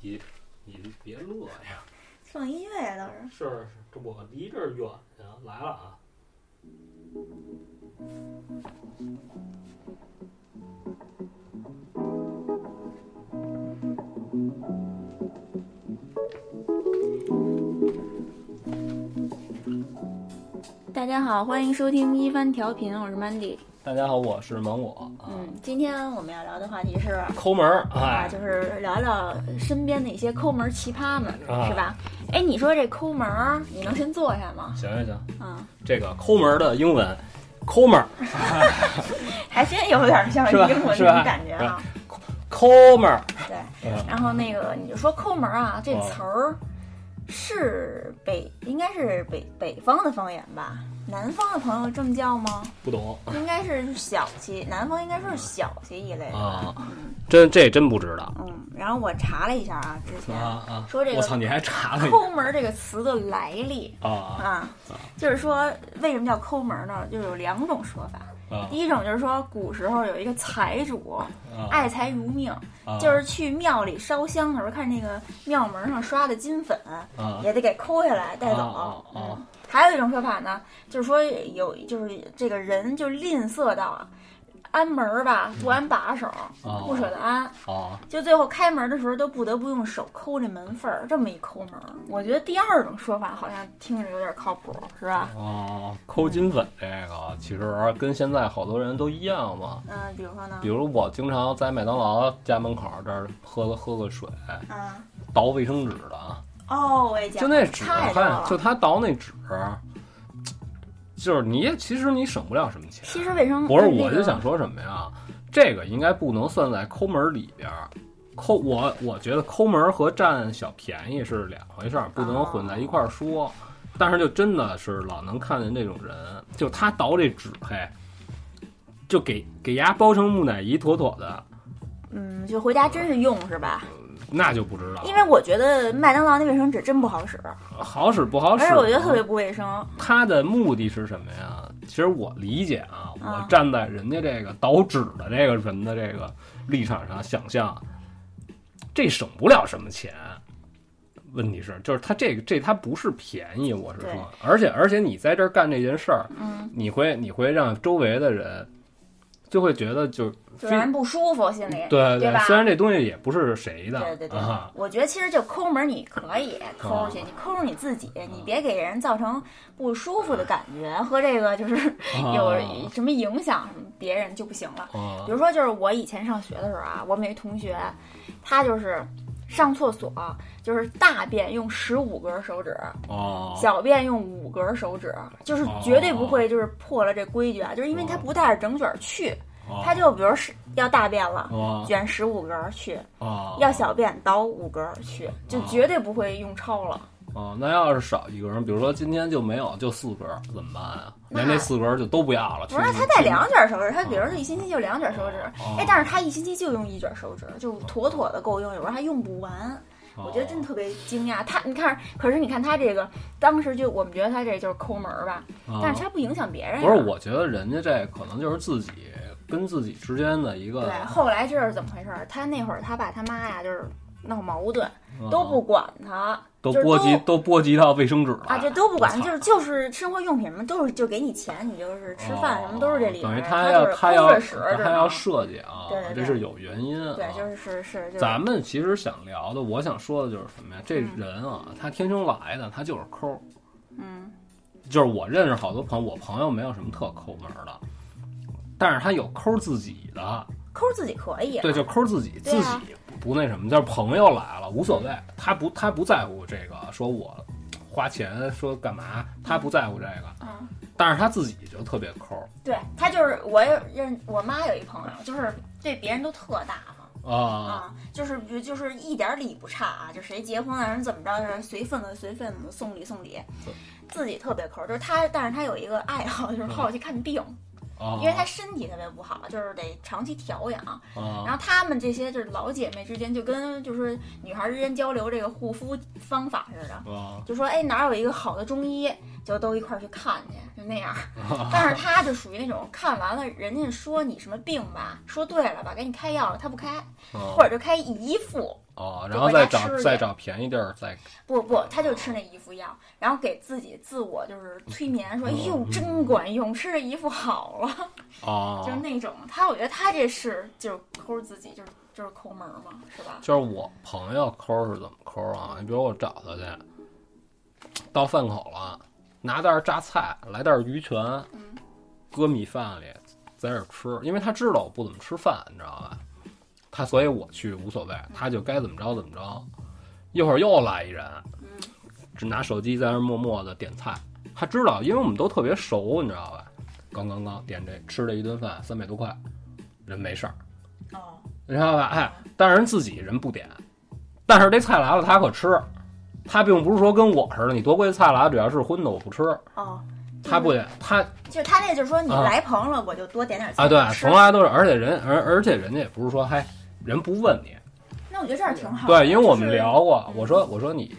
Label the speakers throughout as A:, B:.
A: 你你别乐呀，
B: 放音乐呀，倒是
A: 是是，这我离这儿远呀，来了啊。
B: 大家好，欢迎收听一番调频，我是 Mandy。
A: 大家好，我是芒果啊，
B: 嗯，今天我们要聊的话题是。
A: 抠门儿
B: 啊，
A: 哎，
B: 就是聊聊身边的一些抠门奇葩们，
A: 啊
B: 是吧？哎，你说这抠门儿，你能先做一下吗？
A: 行行 行，
B: 嗯，
A: 这个抠门儿的英文，抠门儿，
B: 还真有点像
A: 是吧
B: 英文
A: 是
B: 那
A: 吧
B: 种感觉啊。
A: 抠门儿，
B: 对，
A: 嗯
B: 然后那个你就说抠门儿啊，这
A: 哦
B: 词儿是北，应该是北北方的方言吧？南方的朋友这么叫吗？
A: 不懂
B: 应该是小气，南方应该说是小气一类的。
A: 啊，真这真不知道
B: 嗯，然后我查了一下啊，之前
A: 啊
B: 说这个
A: 我操，你还查了一
B: 抠门儿这个词的来历。
A: 啊啊
B: 啊，就是说为什么叫抠门儿呢？就有两种说法。
A: 啊
B: 第一种就是说，古时候有一个财主，
A: 啊
B: 爱财如命，
A: 啊！
B: 哎就是去庙里烧香的时候，看那个庙门上刷的金粉，
A: 啊
B: 也得给抠下来带走。
A: 啊啊啊
B: 嗯，还有一种说法呢，就是说有，就是这个人就吝啬到啊，安门儿吧不安把手，
A: 哦
B: 不舍得安，
A: 啊
B: 就最后开门的时候都不得不用手抠这门缝儿，这么一抠门儿。我觉得第二种说法好像听着有点靠谱，是吧？
A: 哦，抠金粉这个其实跟现在好多人都一样嘛。
B: 嗯，比如说呢
A: 比？如我经常在麦当劳家门口这儿喝个喝个水，
B: 嗯，
A: 倒卫生纸的啊，
B: 哦，我也讲
A: 就
B: 过，
A: 那纸，
B: 太多
A: 看
B: 了
A: 就他倒那纸，就是你也其实你省不了什么钱。
B: 其实卫生
A: 不是，
B: 那
A: 我
B: 个
A: 就想说什么呀？这个应该不能算在抠门儿里边儿。抠我我觉得抠门儿和占小便宜是两回事儿，不能混在一块儿
B: 啊
A: 说。但是就真的是老能看见这种人，就他倒这纸，嘿，就给给牙包成木乃伊妥妥的，
B: 嗯，就回家真是用是吧？
A: 那就不知道。
B: 因为我觉得麦当劳那卫生纸真不好使，
A: 好使不好
B: 而
A: 使，啊
B: 且我觉得特别不卫生。
A: 他的目的是什么呀？其实我理解啊，
B: 啊
A: 我站在人家这个倒纸的这个人的这个立场上想象，这省不了什么钱。问题是，就是他这个这他不是便宜，我是
B: 对
A: 说，而且而且你在这儿干这件事儿，
B: 嗯，
A: 你会你会让周围的人就会觉得就
B: 就让人不舒服，心里
A: 对
B: 对吧
A: 虽然这东西也不是谁的，
B: 对对对，
A: 啊，
B: 我觉得其实就抠门，你可以抠出去，
A: 啊
B: 你抠出你自己，你别给人造成不舒服的感觉和这个就是
A: 哦
B: 有什么影响什么别人就不行了。
A: 啊
B: 比如说，就是我以前上学的时候啊，我们有一同学，他就是上厕所就是大便用十五根手指，
A: 哦，
B: 小便用五根手指，就是绝对不会就是破了这规矩啊，就是因为
A: 哦
B: 他不带着整卷儿去，他就比如是要大便了。
A: 哦
B: 卷十五根儿去，
A: 哦
B: 要小便倒五根儿去，就绝对不会用超了。
A: 哦，那要是少一个人，比如说今天就没有，就四根儿，怎么办啊？
B: 那
A: 连这四根儿就都不要了。
B: 不是，
A: 去
B: 他带两卷手指，他比如说一星期就两卷手指
A: 哦，
B: 哎，但是他一星期就用一卷手指，就妥妥的够用，有时候还用不完。
A: 哦啊
B: 我觉得真特别惊讶，他你看，可是你看他这个，当时就我们觉得他这就是抠门儿吧，
A: 哦
B: 但是他不影响别人啊
A: 哦
B: 呀。
A: 不是，我觉得人家这可能就是自己跟自己之间的一个啊
B: 对，后来这是怎么回事儿？他那会儿他爸他妈呀，就是闹矛盾，
A: 嗯
B: 都不管他，
A: 都
B: 就是
A: 波及
B: 都
A: 都波及到卫生纸了
B: 啊，就都不管
A: 啊我，操
B: 就是就是生活用品什么都是就给你钱，你就是吃饭什么都是这里边
A: 哦等于
B: 儿，
A: 他
B: 就
A: 要
B: 是
A: 要
B: 抠着使，
A: 他
B: 这
A: 要
B: 种
A: 设计啊
B: 对，对
A: 这
B: 对
A: 是有原因啊。
B: 对，就是是是，就是
A: 咱们其实想聊的，我想说的就是什么呀？这人啊，他天生来的，他就是抠儿。
B: 嗯
A: 就是我认识好多朋友，我朋友没有什么特抠门儿的，但是他有抠自己的，
B: 抠自己可以，
A: 对，就抠自己，
B: 对
A: 自
B: 啊嗯
A: 己不不那什么，就是朋友来了无所谓，他不他不在乎这个，说我花钱说干嘛，他不在乎这个，
B: 嗯，
A: 但是他自己就特别抠
B: 对他就是我也认我妈有一朋友，就是对别人都特大方。
A: 啊
B: 啊，就是比如就是一点儿理不差啊，就谁结婚啊，人怎么着，就是随份子随份子，送礼送礼，自己特别抠。就是他，但是他有一个爱好，就是好去看病，
A: 啊，
B: 嗯因为他身体特别不好，就是得长期调养。
A: 啊
B: 然后他们这些就是老姐妹之间，就跟就是女孩之间交流这个护肤方法似的。
A: 啊
B: 就说哎哪有一个好的中医，就都一块儿去看去，就那样。 但是他就属于那种看完了，人家说你什么病吧，说对了吧，给你开药了，他不开，
A: 啊
B: 或者就开一副，
A: 哦，然后再找再找便宜地儿再
B: 不不，他就吃那一副药，然后给自己自我就是催眠，说：“哎呦，真管用，吃这一副好了。
A: 嗯哦
B: 就是，那种他，我觉得他这是就是抠自己，就是就是抠门儿嘛，是吧？
A: 就是我朋友抠是怎么抠啊？你比如我找他去，到饭口了，拿袋儿榨菜，来袋儿鱼泉，
B: 嗯
A: 搁米饭里，在这儿吃，因为他知道我不怎么吃饭，你知道吧？他所以我去无所谓，他就该怎么着怎么着。一会儿又来一人，
B: 嗯
A: 只拿手机在那儿默默的点菜，他知道，因为我们都特别熟，你知道吧？刚刚刚点这吃这一顿饭三百多块，人没事儿。
B: 哦，
A: 你知道吧？哎，但是人自己人不点，但是这菜来了他可吃，他并不是说跟我似的，你多贵的菜来了只要是荤的我不吃，
B: 哦，
A: 他不点，他
B: 就是他这就是说你
A: 啊
B: 来朋友了，我就多点点菜
A: 啊对，
B: 吃
A: 从来都是，而且人而而且人家也不是说还人不问你，
B: 那我觉得这样挺好的。
A: 对，因为我们
B: 就是
A: 聊过，我说我说你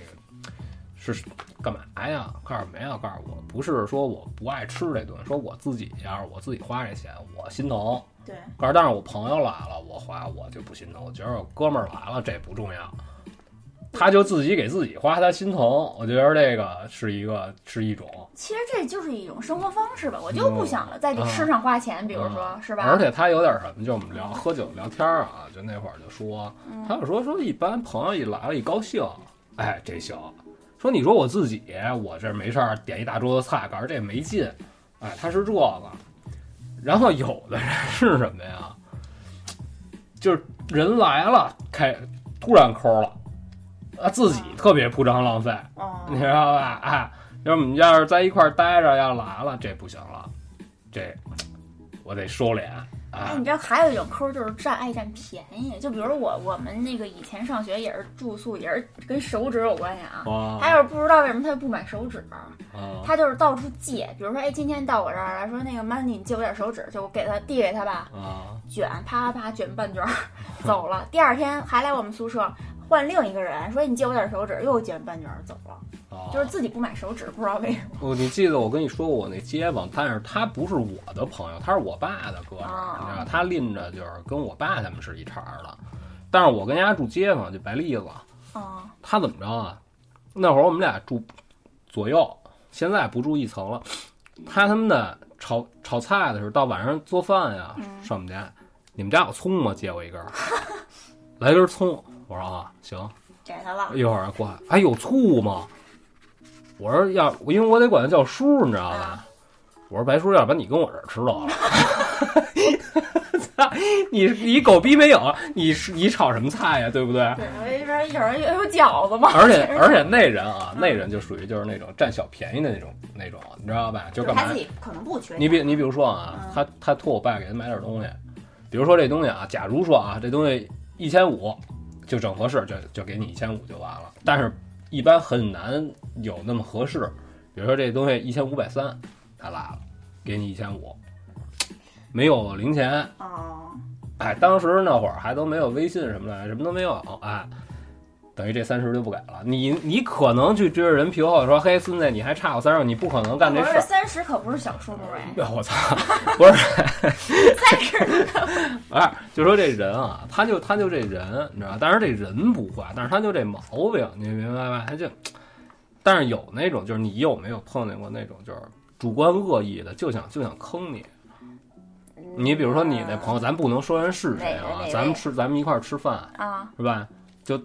A: 是干嘛呀？告诉没呀？告诉我不是说我不爱吃这顿，说我自己要是我自己花这钱我心疼，
B: 对，
A: 告诉但是我朋友来了，我花我就不心疼。我觉得我哥们儿来了，这不重要，他就自己给自己花，他心疼。我觉得这个是一个是一种，
B: 其实这就是一种生活方式吧，我就不想了在你
A: 嗯
B: 吃上花钱，比如说
A: 嗯
B: 是吧？
A: 而且他有点什么，就我们聊喝酒聊天儿啊，就那会儿就说，
B: 嗯
A: 他就说说一般朋友一来了，一高兴，哎，这行。说你说我自己，我这没事儿点一大桌子菜，感觉这没劲，哎，他是这个。然后有的人是什么呀？就是人来了，开突然抠了，啊，自己特别铺张浪费，
B: 哦
A: 你知道吧？哎，要是我们要是在一块儿待着，要来了，这不行了，这我得收敛啊
B: 哎，你知道还有一种抠，就是占爱占便宜。就比如我我们那个以前上学也是住宿，也是跟手指有关系啊。
A: 啊
B: 他要是不知道为什么他就不买手指，
A: 啊
B: 他就是到处借。比如说，哎，今天到我这儿来说，那个 Mandy，你借我点手指，就我给他递给他吧，
A: 啊！
B: 卷，啪啪啪卷 半卷儿，走了。第二天还来我们宿舍换另一个人，说哎你借我点手指，又卷半卷儿走了，
A: 啊
B: 就是自己不买手指，不知道为什么。
A: 我你记得我跟你说过我那街坊，但是他不是我的朋友，他是我爸的哥们儿，
B: 啊
A: 你知道，他拎着就是跟我爸他们是一茬儿的，但是我跟人家住街坊，就白栗子，
B: 啊、
A: 他怎么着啊？那会儿我们俩住左右，现在不住一层了。他他妈的炒炒菜的时候，到晚上做饭呀，
B: 嗯
A: 上我们家，你们家有葱吗？借我一根儿， 来根儿葱。我说啊，行，
B: 给他了。
A: 一会儿过来。哎，有醋吗？我说要，因为我得管他叫叔，你知道吧
B: 啊？
A: 我说白叔，要不然你跟我这儿吃着了。 你你狗逼没有？你是你炒什么菜呀？对不对？
B: 对，我一边一会儿有饺子嘛，
A: 而 且
B: 其实
A: 而且那人啊，
B: 嗯
A: 那人就属于就是那种占小便宜的那种那种，你知道吧？就
B: 就
A: 干
B: 是他
A: 嘛
B: 自？己可能不缺
A: 你比你比如说啊
B: 嗯，
A: 他他托我爸给他买点东西，比如说这东西啊，假如说啊，这东西一千五就整合适，就就给你一千五就完了。但是一般很难有那么合适，比如说这东西一千五百三，他来了，给你一千五，没有零钱，
B: 哦，
A: 哎，当时那会儿还都没有微信什么的，什么都没有，哎，等于这三十就不给了。你你可能去追着人皮后说，嘿，孙子，你还差我三十，你不可能干这
B: 我
A: 事
B: 这
A: 儿。
B: 三十可不是小数目哎，
A: 我操，不是，
B: 三十
A: 哎，就说这人啊，他就他就这人，你知道吧？但是这人不坏，但是他就这毛病，你明白吧？他就，但是有那种就是你有没有碰见过那种就是主观恶意的，就想就想坑你。你比如说你那朋友，咱不能说人是谁
B: 哪个哪
A: 啊，
B: 位
A: 咱们吃咱们一块儿吃饭，
B: 啊，
A: 是吧？就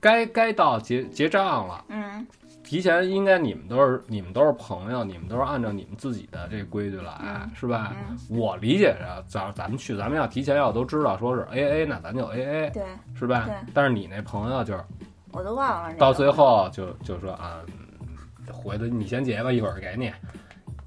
A: 该该到结结账了，
B: 嗯
A: 提前应该你们都是你们都是朋友，你们都是按照你们自己的这规矩来，
B: 嗯
A: 是吧？
B: 嗯，
A: 我理解着，咱咱们去，咱们要提前要都知道说是 A A，那咱就 A A，
B: 对
A: 是吧
B: 对？
A: 但是你那朋友就是
B: 我都忘了那个
A: 到最，后就就说啊，嗯回头你先结吧，一会儿给你，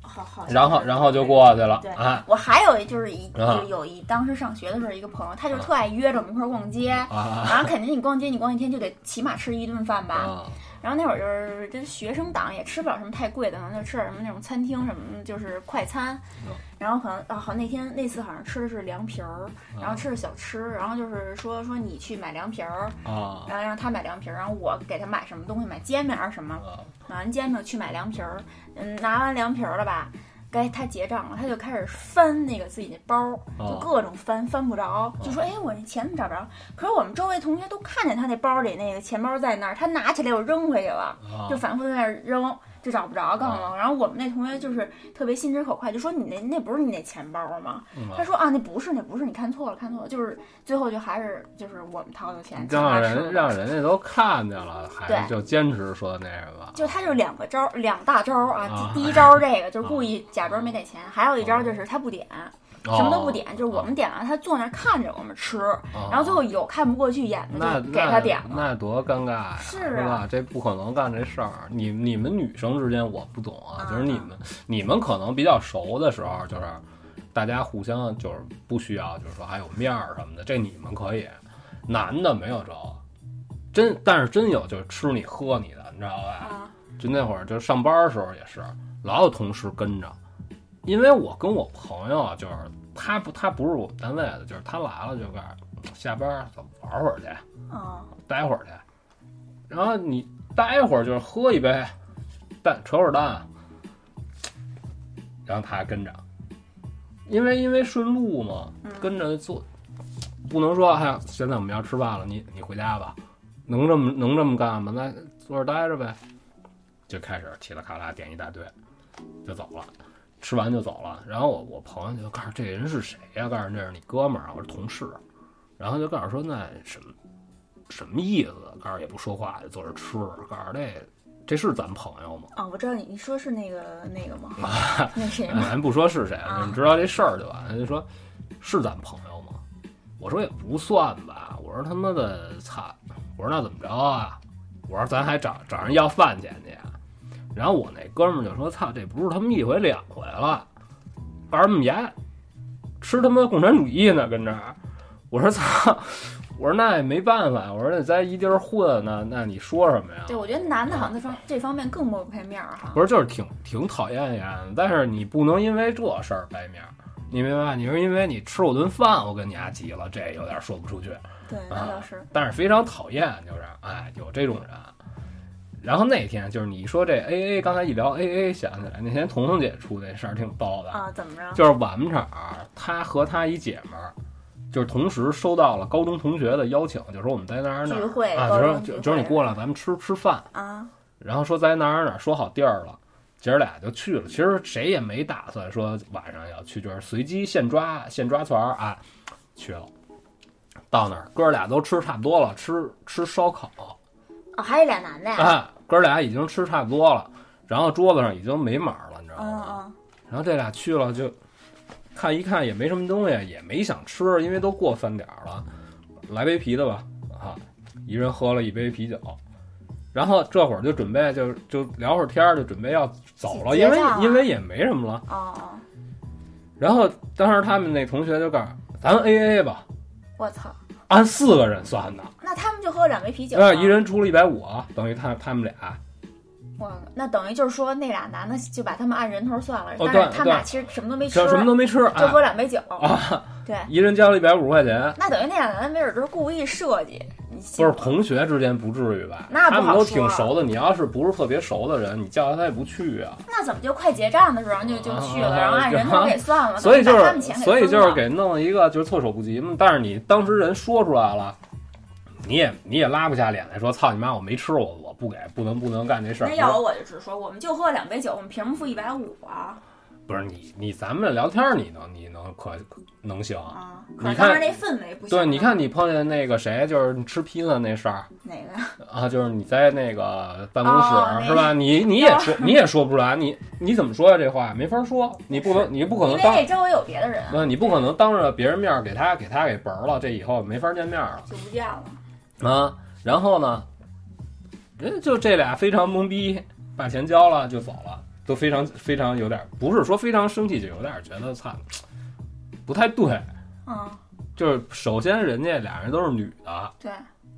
B: 好好，
A: 然后然后就。过去了
B: 对
A: 啊
B: 我还有一就是一
A: 啊
B: 就有一当时上学的时候一个朋友，他就特爱约着我们一块儿逛街，
A: 啊
B: 然后肯定你逛街你逛一天就得起码吃一顿饭吧，
A: 啊！
B: 然后那会儿就是就是学生党，也吃不了什么太贵的，可能就吃点什么那种餐厅什么，就是快餐
A: 嗯。
B: 然后可能啊，好那天那次好像吃的是凉皮儿，
A: 嗯
B: 然后吃的小吃，然后就是说说你去买凉皮儿，
A: 啊
B: 然后让他买凉皮儿，然后我给他买什么东西，买煎饼还是什么，
A: 啊
B: 买完煎饼去买凉皮儿，嗯，拿完凉皮儿了吧，该他结账了，他就开始翻那个自己那包，就
A: 哦
B: 各种翻，翻不着，就说：“哎，我这钱怎么找不着？”可是我们周围同学都看见他那包里那个钱包在那儿，他拿起来又扔回去了，
A: 啊
B: 就反复在那儿扔，就找不着，告诉我。然后我们那同学就是特别心直口快，就说：“你那那不是你那钱包吗？”
A: 嗯
B: 他说：“啊，那不是，那不是，你看错了，看错了。”就是最后就还是就是我们掏的钱，请
A: 让
B: 他吃
A: 人
B: 了
A: 让人家都看见了，还
B: 对
A: 就坚持说那什么，
B: 就他就两个招儿，两大招儿啊
A: 啊。
B: 第第一招儿这个就是故意假装没给钱，还有一招儿就是他不点，什么都不点，就是我们点了，他坐那儿看着我们吃，
A: 啊哦，
B: 然后最后有看不过去眼
A: 那
B: 的就给他点
A: 那
B: 了。
A: 那多尴尬呀，
B: 是
A: 是
B: 啊
A: 吧？这不可能干这事儿。你你们女生之间我不懂啊，
B: 啊
A: 就是你们你们可能比较熟的时候，就是大家互相就是不需要，就是说还有面儿什么的，这你们可以。男的没有这，真但是真有就是吃你喝你的，你知道吧？
B: 啊
A: 就那会儿就上班的时候也是，老有同事跟着，因为我跟我朋友啊就是他不他不是我们单位的，就是他来了就告诉下班儿走玩会儿去，
B: 啊
A: 待会儿去，然后你待会儿就是喝一杯，蛋扯会儿蛋，然后他还跟着，因为因为顺路嘛，跟着做，不能说哎，现在我们要吃饭了，你你回家吧，能这么能这么干吗？那坐这儿待着呗，就开始噼里咔啦点一大堆，就走了。吃完就走了，然后我我朋友就告诉这人是谁呀、告诉这是你哥们儿啊，我是同事，然后就告诉说那什么什么意思？告诉也不说话，就坐这吃。告诉这这是咱朋友吗？
B: 啊！我知道你你说是那个那 个吗？那谁吗？
A: 咱不说是谁，
B: 啊
A: 你知道这事儿就完了。就说是咱朋友吗？我说也不算吧。我说他妈的，操！我说那怎么着啊？我说咱还找找人要饭钱去啊。然后我那哥们儿就说：“操，这不是他们一回两回了，玩他们家吃他妈共产主义呢，跟这儿。”我说：“操！”我说那也没办法，我说那在一地儿混呢，那你说什么呀？
B: 对，我觉得男的好像这方这方面更抹不开面儿
A: 啊
B: 哈。
A: 不是，就是挺挺讨厌人，但是你不能因为这事儿掰面儿，你明白？你说因为你吃我顿饭，我跟你丫急了，这有点说不出去。
B: 对，
A: 啊
B: 那倒是。
A: 但是非常讨厌，就是哎，有这种人。然后那天就是你说这 A A，刚才一聊 A A，想起来那天彤彤姐出那事儿挺逗的，
B: 啊，怎么着？
A: 就是晚场，她和她一姐们儿，就是同时收到了高中同学的邀请，就说我们在哪儿哪儿
B: 聚会
A: 啊，
B: 高
A: 就
B: 中
A: 说
B: 聚
A: 就
B: 会
A: 就说你过来，咱们吃吃饭。
B: 啊，
A: 然后说在哪儿哪儿说好地儿了，姐儿俩就去了。其实谁也没打算说晚上要去，就是随机现抓现抓团儿啊，去了。到那儿，哥俩都吃差不多了，吃吃烧烤
B: 哦，还有俩男的呀。
A: 啊，哥俩已经吃差不多了，然后桌子上已经没码了，你知道
B: 嗯
A: 吗？
B: 嗯
A: 然后这俩去了就看一看，也没什么东西，也没想吃，因为都过饭点儿了，来杯啤的吧，啊，一人喝了一杯啤酒，然后这会儿就准备就就聊会儿天儿，就准备要走了，
B: 结
A: 因为
B: 账了啊
A: 因为也没什么了。
B: 哦哦，
A: 然后当时他们那同学就告诉咱 A A 吧，
B: 我操！
A: 按四个人算的，
B: 那他们就喝两杯啤酒
A: 啊，
B: 吗，
A: 一人出了一百五，等于他他们俩
B: 哇，那等于就是说那俩男的就把他们按人头算了，
A: 哦
B: 但
A: 对
B: 是他们俩其实什么都没吃，
A: 什什么都没吃，
B: 就
A: 啊，
B: 喝两杯酒。对，
A: 一人交了一百五十块钱，
B: 那等于那俩男的没准就是故意设计，你
A: 不
B: 信
A: 是
B: 吗
A: 同学之间不至于吧？
B: 那不
A: 他们
B: 好说啊
A: 都挺熟的，你要是不是特别熟的人，你叫他他也不去啊。
B: 那怎么就快结账的时候就就去了，
A: 啊
B: 然后按人头给算了，
A: 所以就
B: 啊把他们
A: 是
B: 钱给
A: 所以就是
B: 分了
A: 给弄了一个就是措手不及嘛。但是你当时人说出来了，你也你也拉不下脸来说操你妈我没吃我我不给不能不能干这事儿
B: 那。要我我就只说，我们就喝两杯酒，我们凭什么付一百五啊？
A: 不是你你咱们聊天儿你能你能可能行？
B: 啊，
A: 你
B: 可是
A: 看
B: 当时那氛围不行。啊
A: 对，你看你碰见那个谁，就是你吃披萨那事儿，
B: 哪个呀？
A: 啊，就是你在那个办公室、
B: 哦那
A: 是吧？你你也说你也说不出来，你你怎么说呀、这话没法说，你不能你不可能
B: 因为
A: 当
B: 这，周围有别的人，啊
A: 那你不可能当着别人面儿给他给他给嘣儿了，这以后没法见面了
B: 就不见了。
A: 啊。然后呢，人就这俩非常懵逼，把钱交了就走了，都非常非常有点，不是说非常生气，就有点觉得操，不太对。
B: 嗯，
A: 就是首先人家俩人都是女的，
B: 对，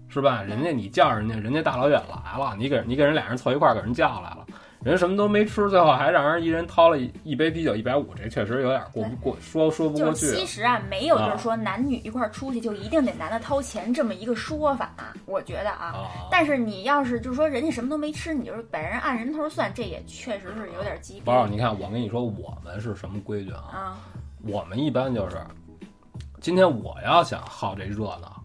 A: 是吧？人家你叫人家，人家大老远来了，你给你给人俩人凑一块儿给人叫来了，人什么都没吃，最后还让人一人掏了一一杯啤酒一百五，这确实有点过不过说说不
B: 就
A: 过
B: 是其
A: 去。
B: 实啊，没有就
A: 啊
B: 是说男女一块儿出去就一定得男的掏钱这么一个说法、我觉得啊。
A: 啊，
B: 但是你要是就是说人家什么都没吃，你就是把人按人头算，这也确实是有点鸡
A: 包儿，
B: 巴。
A: 你看我跟你说我们是什么规矩啊？
B: 啊，
A: 我们一般就是，今天我要想好这热闹，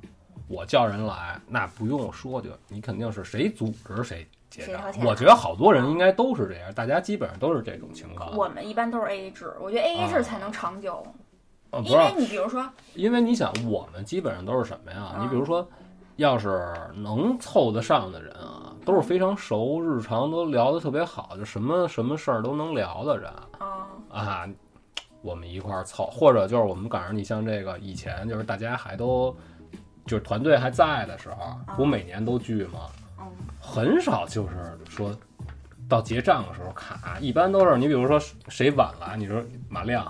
A: 我叫人来，那不用说就你肯定是谁组织谁结
B: 谁
A: 账
B: 掏。钱啊
A: 我觉得好多人应该都是这样，大家基本上都是这种情况。
B: 我们一般都是 A A 制，我觉得 A A
A: 啊
B: 制才能长久，
A: 呃不
B: 因
A: 是
B: 为，你比如说，
A: 因为你想，我们基本上都是什么呀？
B: 嗯
A: 你比如说，要是能凑得上的人啊，都是非常熟，日常都聊得特别好，就什么什么事儿都能聊的人
B: 嗯
A: 啊，我们一块儿凑，或者就是我们赶上你像这个以前就是大家还都就是团队还在的时候，不每年都聚吗？
B: 嗯，
A: 很少就是说到结账的时候卡，一般都是你比如说谁晚来，你说马亮，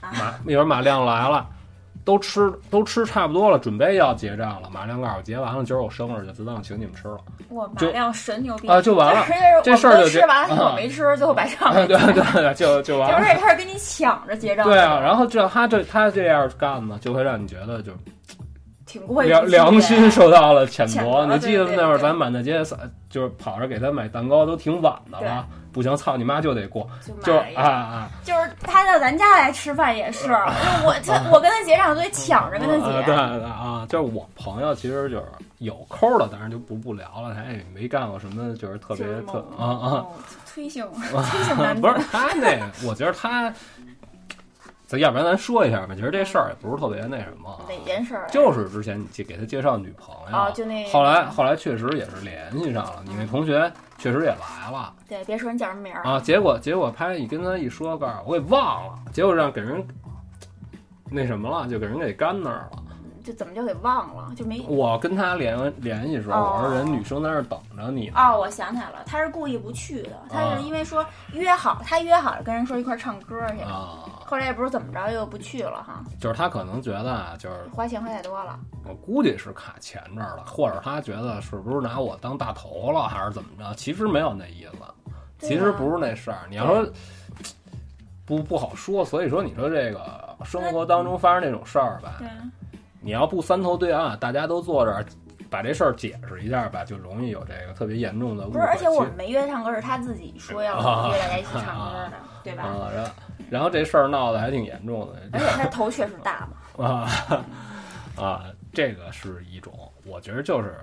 B: 啊
A: 马那会儿马亮来了。都吃都吃差不多了，准备要结账了。马亮告诉我，结完了今儿我生日就自动请你们 吃了。
B: 我马
A: 就
B: 亮神牛逼
A: 啊就完了
B: 了
A: 这事儿就
B: 吃
A: 这
B: 完了
A: 啊
B: 我没吃，最后白 账。
A: 对 对对，啊就就完
B: 就
A: 了。
B: 是他是跟你抢着结账，
A: 对啊，然后这他这他这样干呢，就会让你觉得就
B: 挺过意
A: 良
B: 不去
A: 良心受到了谴
B: 谴
A: 责。
B: 责
A: 你记得
B: 对对
A: 那会儿
B: 对
A: 咱满大街撒，就是跑着给他买蛋糕，都挺晚的了。不行，操你妈就得过，
B: 就
A: 就啊
B: 买了一个
A: 啊，
B: 就是他到咱家来吃饭也是，就是我他我跟他结账，所以抢着跟
A: 啊
B: 他
A: 对
B: 结。
A: 对啊，就是我朋友其实就是有抠的，当然就不不聊了，他也没干过什么就是特
B: 就
A: 别
B: 是
A: 特
B: 猛
A: 啊啊，
B: 猛哦推性推性 男女
A: 不是他那，我觉得他，咱要不然咱说一下吧，其实这事儿也不是特别那什么啊，
B: 哪件事儿？
A: 就是之前你介给他介绍女朋友，
B: 哦，就那嗯
A: 后来后来确实也是联系上了，你那同学确实也来了
B: 对，别说你叫什么名儿，
A: 啊，结果结果拍一跟他一说，告诉我给忘了，结果让给人那什么了，就给人给干那儿了。
B: 就怎么就给忘了，就没
A: 我跟他联联系的时候，我说
B: 哦
A: 人女生在那儿等着你呢，
B: 哦，我想起来了，他是故意不去的，
A: 啊
B: 他是因为说约好，他约好了跟人说一块儿唱歌去，
A: 啊，
B: 后来也不是怎么着又不去了哈，
A: 就是他可能觉得啊，就是
B: 花钱花太多了，
A: 我估计是卡钱这儿了，或者他觉得是不是拿我当大头了，还是怎么着？其实没有那意思，
B: 对
A: 其实
B: 啊
A: 不是那事儿。你要说不不好说，所以说你说这个生活当中发生这种事儿吧，
B: 对，
A: 你要不三头对岸，大家都坐这儿把这事儿解释一下吧，就容易有这个特别严重的误
B: 不
A: 会。
B: 是，而且我
A: 其
B: 们没约他唱歌，是他自己说要
A: 嗯啊
B: 约大家一起唱歌的， 对
A: 实
B: 吧？
A: 啊，然后然后这事儿闹得还挺严重的，
B: 而且他头确实大 嘛，
A: 啊啊，这个是一种，我觉得就是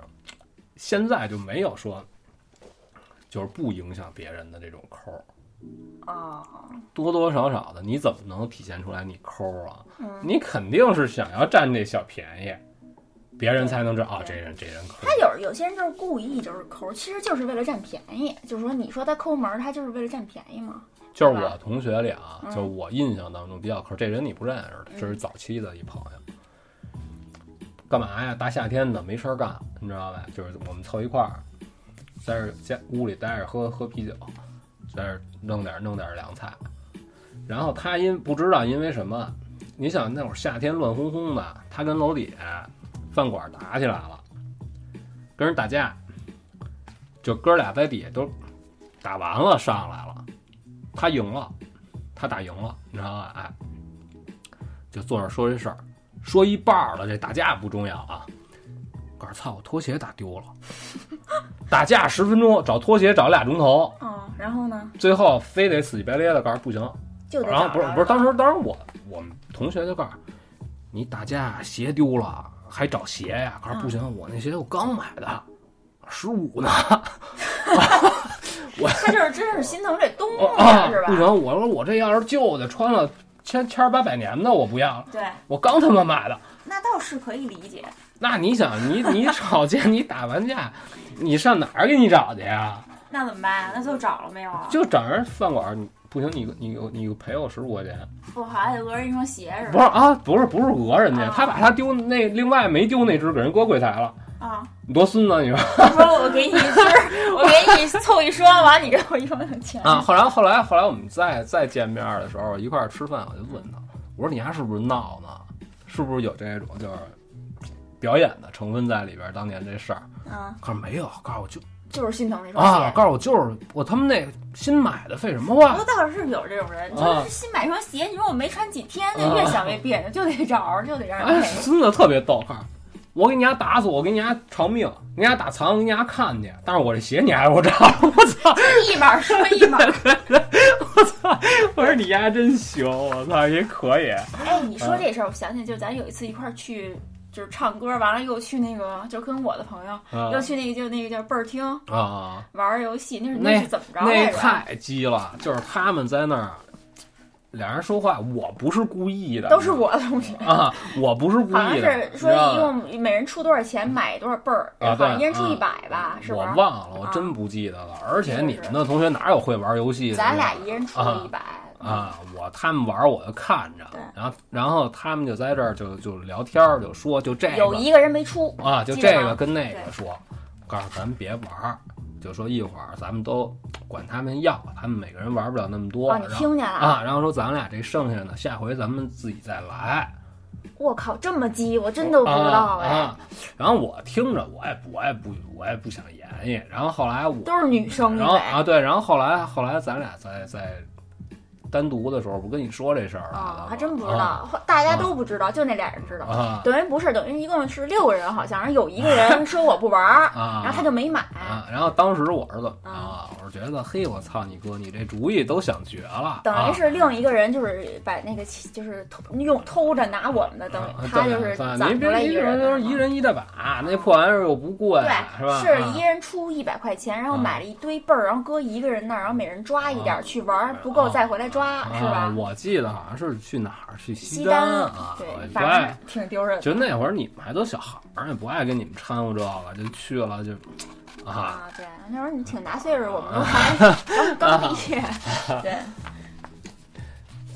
A: 现在就没有说就是不影响别人的这种抠儿，
B: 哦，
A: 多多少少的，你怎么能体现出来你抠儿啊？
B: 嗯，
A: 你肯定是想要占这小便宜，别人才能知道啊，这人这人抠儿
B: 他有有些人就是故意就是抠，其实就是为了占便宜，就是说你说他抠门儿，他就是为了占便宜嘛，
A: 就是
B: 对吧
A: 我同学里啊，
B: 嗯
A: 就是我印象当中比较抠，这人你不认识，
B: 嗯
A: 这是早期的一朋友。干嘛呀？大夏天的没事儿干，你知道吧？就是我们凑一块儿，在这家屋里待着喝喝啤酒，在这弄点弄点凉菜。然后他因不知道因为什么，你想那会儿夏天乱哄哄的，他跟楼底下饭馆打起来了，跟人打架，就哥俩在底下都打完了上来了，他赢了，他打赢了，你知道吧？哎，就坐那儿说这事儿，说一半儿了，这打架不重要啊。告诉操，我拖鞋打丢了， 打架十分钟，找拖鞋找俩钟头，
B: 哦，然后呢
A: 最后非得死乞白咧的告诉不行，
B: 就得
A: 然后
B: 找
A: 不是
B: 着
A: 不是，
B: 了
A: 当时当时我我们同学就告诉你打架鞋丢了还找鞋呀？告诉不
B: 嗯
A: 行，我那鞋我刚买的，十五呢。
B: 他就是真是心疼这东
A: 我
B: 西 啊是
A: 哦啊不
B: 吧？
A: 行，我说我这要是旧的，穿了千千儿八百年的，我不要了，
B: 对，
A: 我刚他妈买的。
B: 那倒是可以理解，
A: 那你想，你你吵架，你打完架，你上哪儿给你找去呀？
B: 那怎么办？那最后找了没有啊？
A: 就找人饭馆儿，你不行，你你你赔我十五块钱。
B: 我好像还得讹人一双鞋是
A: 不
B: 吧？
A: 是啊，不是不是讹人家，
B: 啊
A: 他把他丢那另外没丢那只给人搁柜台了，
B: 啊。
A: 你多孙子你说
B: 不是我给你一 只，我给你凑一双，完了你给我一双的钱
A: 啊？ 后来后来后来我们再再见面的时候一块儿吃饭，我就问他，我说你丫是不是闹呢？是不是有这种就是表演的成分在里边儿？当年这事儿，
B: 啊！
A: 告诉没有，告诉我就
B: 就是心疼那双鞋。
A: 啊！告诉我，就是我他妈那新买的，废什么
B: 我
A: 话
B: 说倒是有这种人，
A: 啊
B: 就是新买双鞋，你说我没穿几天，那
A: 啊
B: 越想越别扭，就得找着，就得让人
A: 哎
B: 赔，。
A: 真的特别逗哈！我给你家打死，我给你家偿命，给你家打残，我给你家看去。但是我这鞋你还给我找， 我操！
B: 一码说一码。
A: 我说你家真行，我操也可以。
B: 哎，你说这事儿，我想起就是咱有一次一块儿去，就是唱歌，完了又去那个，就跟我的朋友
A: 啊
B: 又去那个就那个叫倍儿厅
A: 啊，
B: 玩儿游戏，那是
A: 那
B: 是怎么着来
A: 那
B: 着？
A: 太鸡了，就是他们在那儿俩人说话，我不是故意的，
B: 都是我的同 学。
A: 啊，我不是故
B: 好像
A: 意的，
B: 是
A: 你知
B: 说
A: 道
B: 一
A: 吗？
B: 共每人出多少钱买多少倍儿，
A: 啊
B: 好像一
A: 对
B: 人出
A: 嗯
B: 一百吧，啊是不
A: 我
B: 是？
A: 忘了，我真不记得了。而且你们的同学哪有会玩游戏的？
B: 咱俩一人出
A: 啊
B: 了一百。
A: 啊，我他们玩我就看着
B: 对，
A: 然后然后他们就在这儿就就聊天儿，就说就这
B: 有
A: 个
B: 一个人没出，
A: 啊，就
B: 记得
A: 这
B: 吗
A: 个跟那个
B: 对
A: 说，告诉咱别玩儿，就说一会儿咱们都管他们要，他们每个人玩不了那么多，
B: 哦，你
A: 然后
B: 听见了？
A: 啊，然后说咱俩这剩下的，下回咱们自己再来。
B: 我靠，这么鸡，我真都不知道
A: 啊
B: 哎，
A: 啊。然后我听着，我也不我也不我也不想言语。然后后来我，
B: 都是女生
A: 然后
B: 呗。
A: 啊对，然后后来后来咱俩在在单独的时候，不跟你说这事儿来了
B: 啊
A: 吗，
B: 还真不知道，大家都不知道，就那俩人知道。
A: 啊
B: 等于不是，等于一共是六个人，好像，然后有一个 人说我不玩儿，
A: 啊
B: 然后他就没买。
A: 啊！然后当时我是怎么着
B: 啊
A: 啊？我是觉得，嘿，我操你哥，你这主意都想绝了，
B: 等于
A: 啊
B: 是另一个人就是把那个起就是偷用偷着拿我们的，等于
A: 啊对
B: 他就是
A: 对
B: 攒
A: 您
B: 出来
A: 别
B: 一
A: 一
B: 个
A: 人都是
B: 嘛
A: 一人一大把，那破玩意儿又不贵，是吧？
B: 对，
A: 啊
B: 一人出一百块钱，然后
A: 啊
B: 买了一堆倍儿，然后搁一个人那儿，然后每人抓一点儿去玩儿，不够再回来抓，是
A: 啊
B: 吧？
A: 我记得好像是去哪儿，去西
B: 西单
A: 啊，
B: 对
A: 我，就
B: 反
A: 爱
B: 正挺丢人的
A: 就那会儿你们还都小孩儿，也不爱跟你们掺和这个，就去了就，啊，
B: 啊。对，那时候你挺大岁数，我们 都还刚刚毕业，对。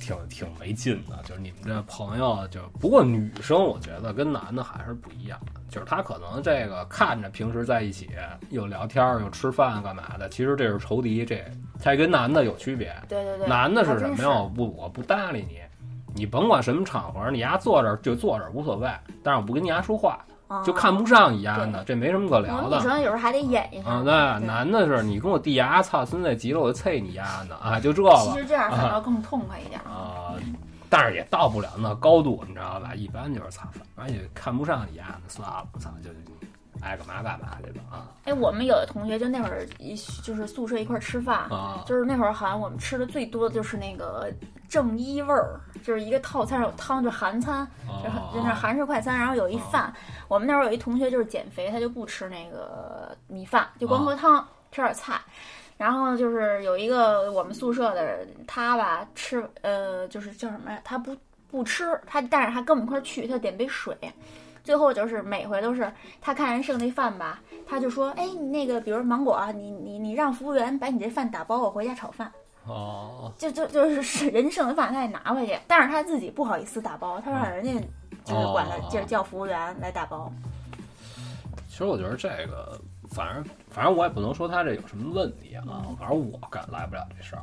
A: 挺挺没劲的。就是你们这朋友就，不过女生我觉得跟男的还是不一样，就是他可能这个看着平时在一起又聊天儿又吃饭干嘛的，其实这是仇敌，这他跟男的有区别。
B: 对对对，
A: 男的
B: 还
A: 是
B: 真
A: 什么
B: 是
A: 呀？我不我不搭理你，你甭管什么场合，你丫坐这儿就坐这儿无所谓，但是我不跟你丫说话，
B: 哦
A: 就看不上你丫的，这没什么可
B: 我
A: 聊
B: 们
A: 的。
B: 啊女生有时候还得演一下。
A: 啊，
B: 对
A: 那男的是你跟我弟牙，操，孙子急了我就啐你丫呢，啊，就这
B: 其
A: 个
B: 实这样反倒更痛快一点。
A: 啊，但是也到不了那高度，你知道吧？一般就是操，反正也看不上你丫呢，算了，操，就爱干嘛干嘛去吧，啊
B: 哎，我们有的同学就那会儿一就是宿舍一块儿吃饭，
A: 啊
B: 就是那会儿好像我们吃的最多的就是那个正一味儿，就是一个套餐有汤，就韩餐，就是很就是
A: 啊
B: 韩式快餐，然后有一饭。我们那会儿有一同学就是减肥，他就不吃那个米饭，就光喝汤，吃点菜。然后就是有一个我们宿舍的人，他吧吃呃就是叫什么呀？他不不吃，他但是他跟我们一块儿去，他点杯水。最后就是每回都是他看人剩那饭吧，他就说：“哎，你那个比如芒果啊，你你你让服务员把你这饭打包，我回家炒饭。”
A: 哦
B: 就就就是是人家剩的饭他也拿回去，但是他自己不好意思打包，他让人家就是管他
A: 哦
B: 就是叫服务员来打包。
A: 其实我觉得这个，反正反正我也不能说他这有什么问题啊，反正我干来不了这事儿，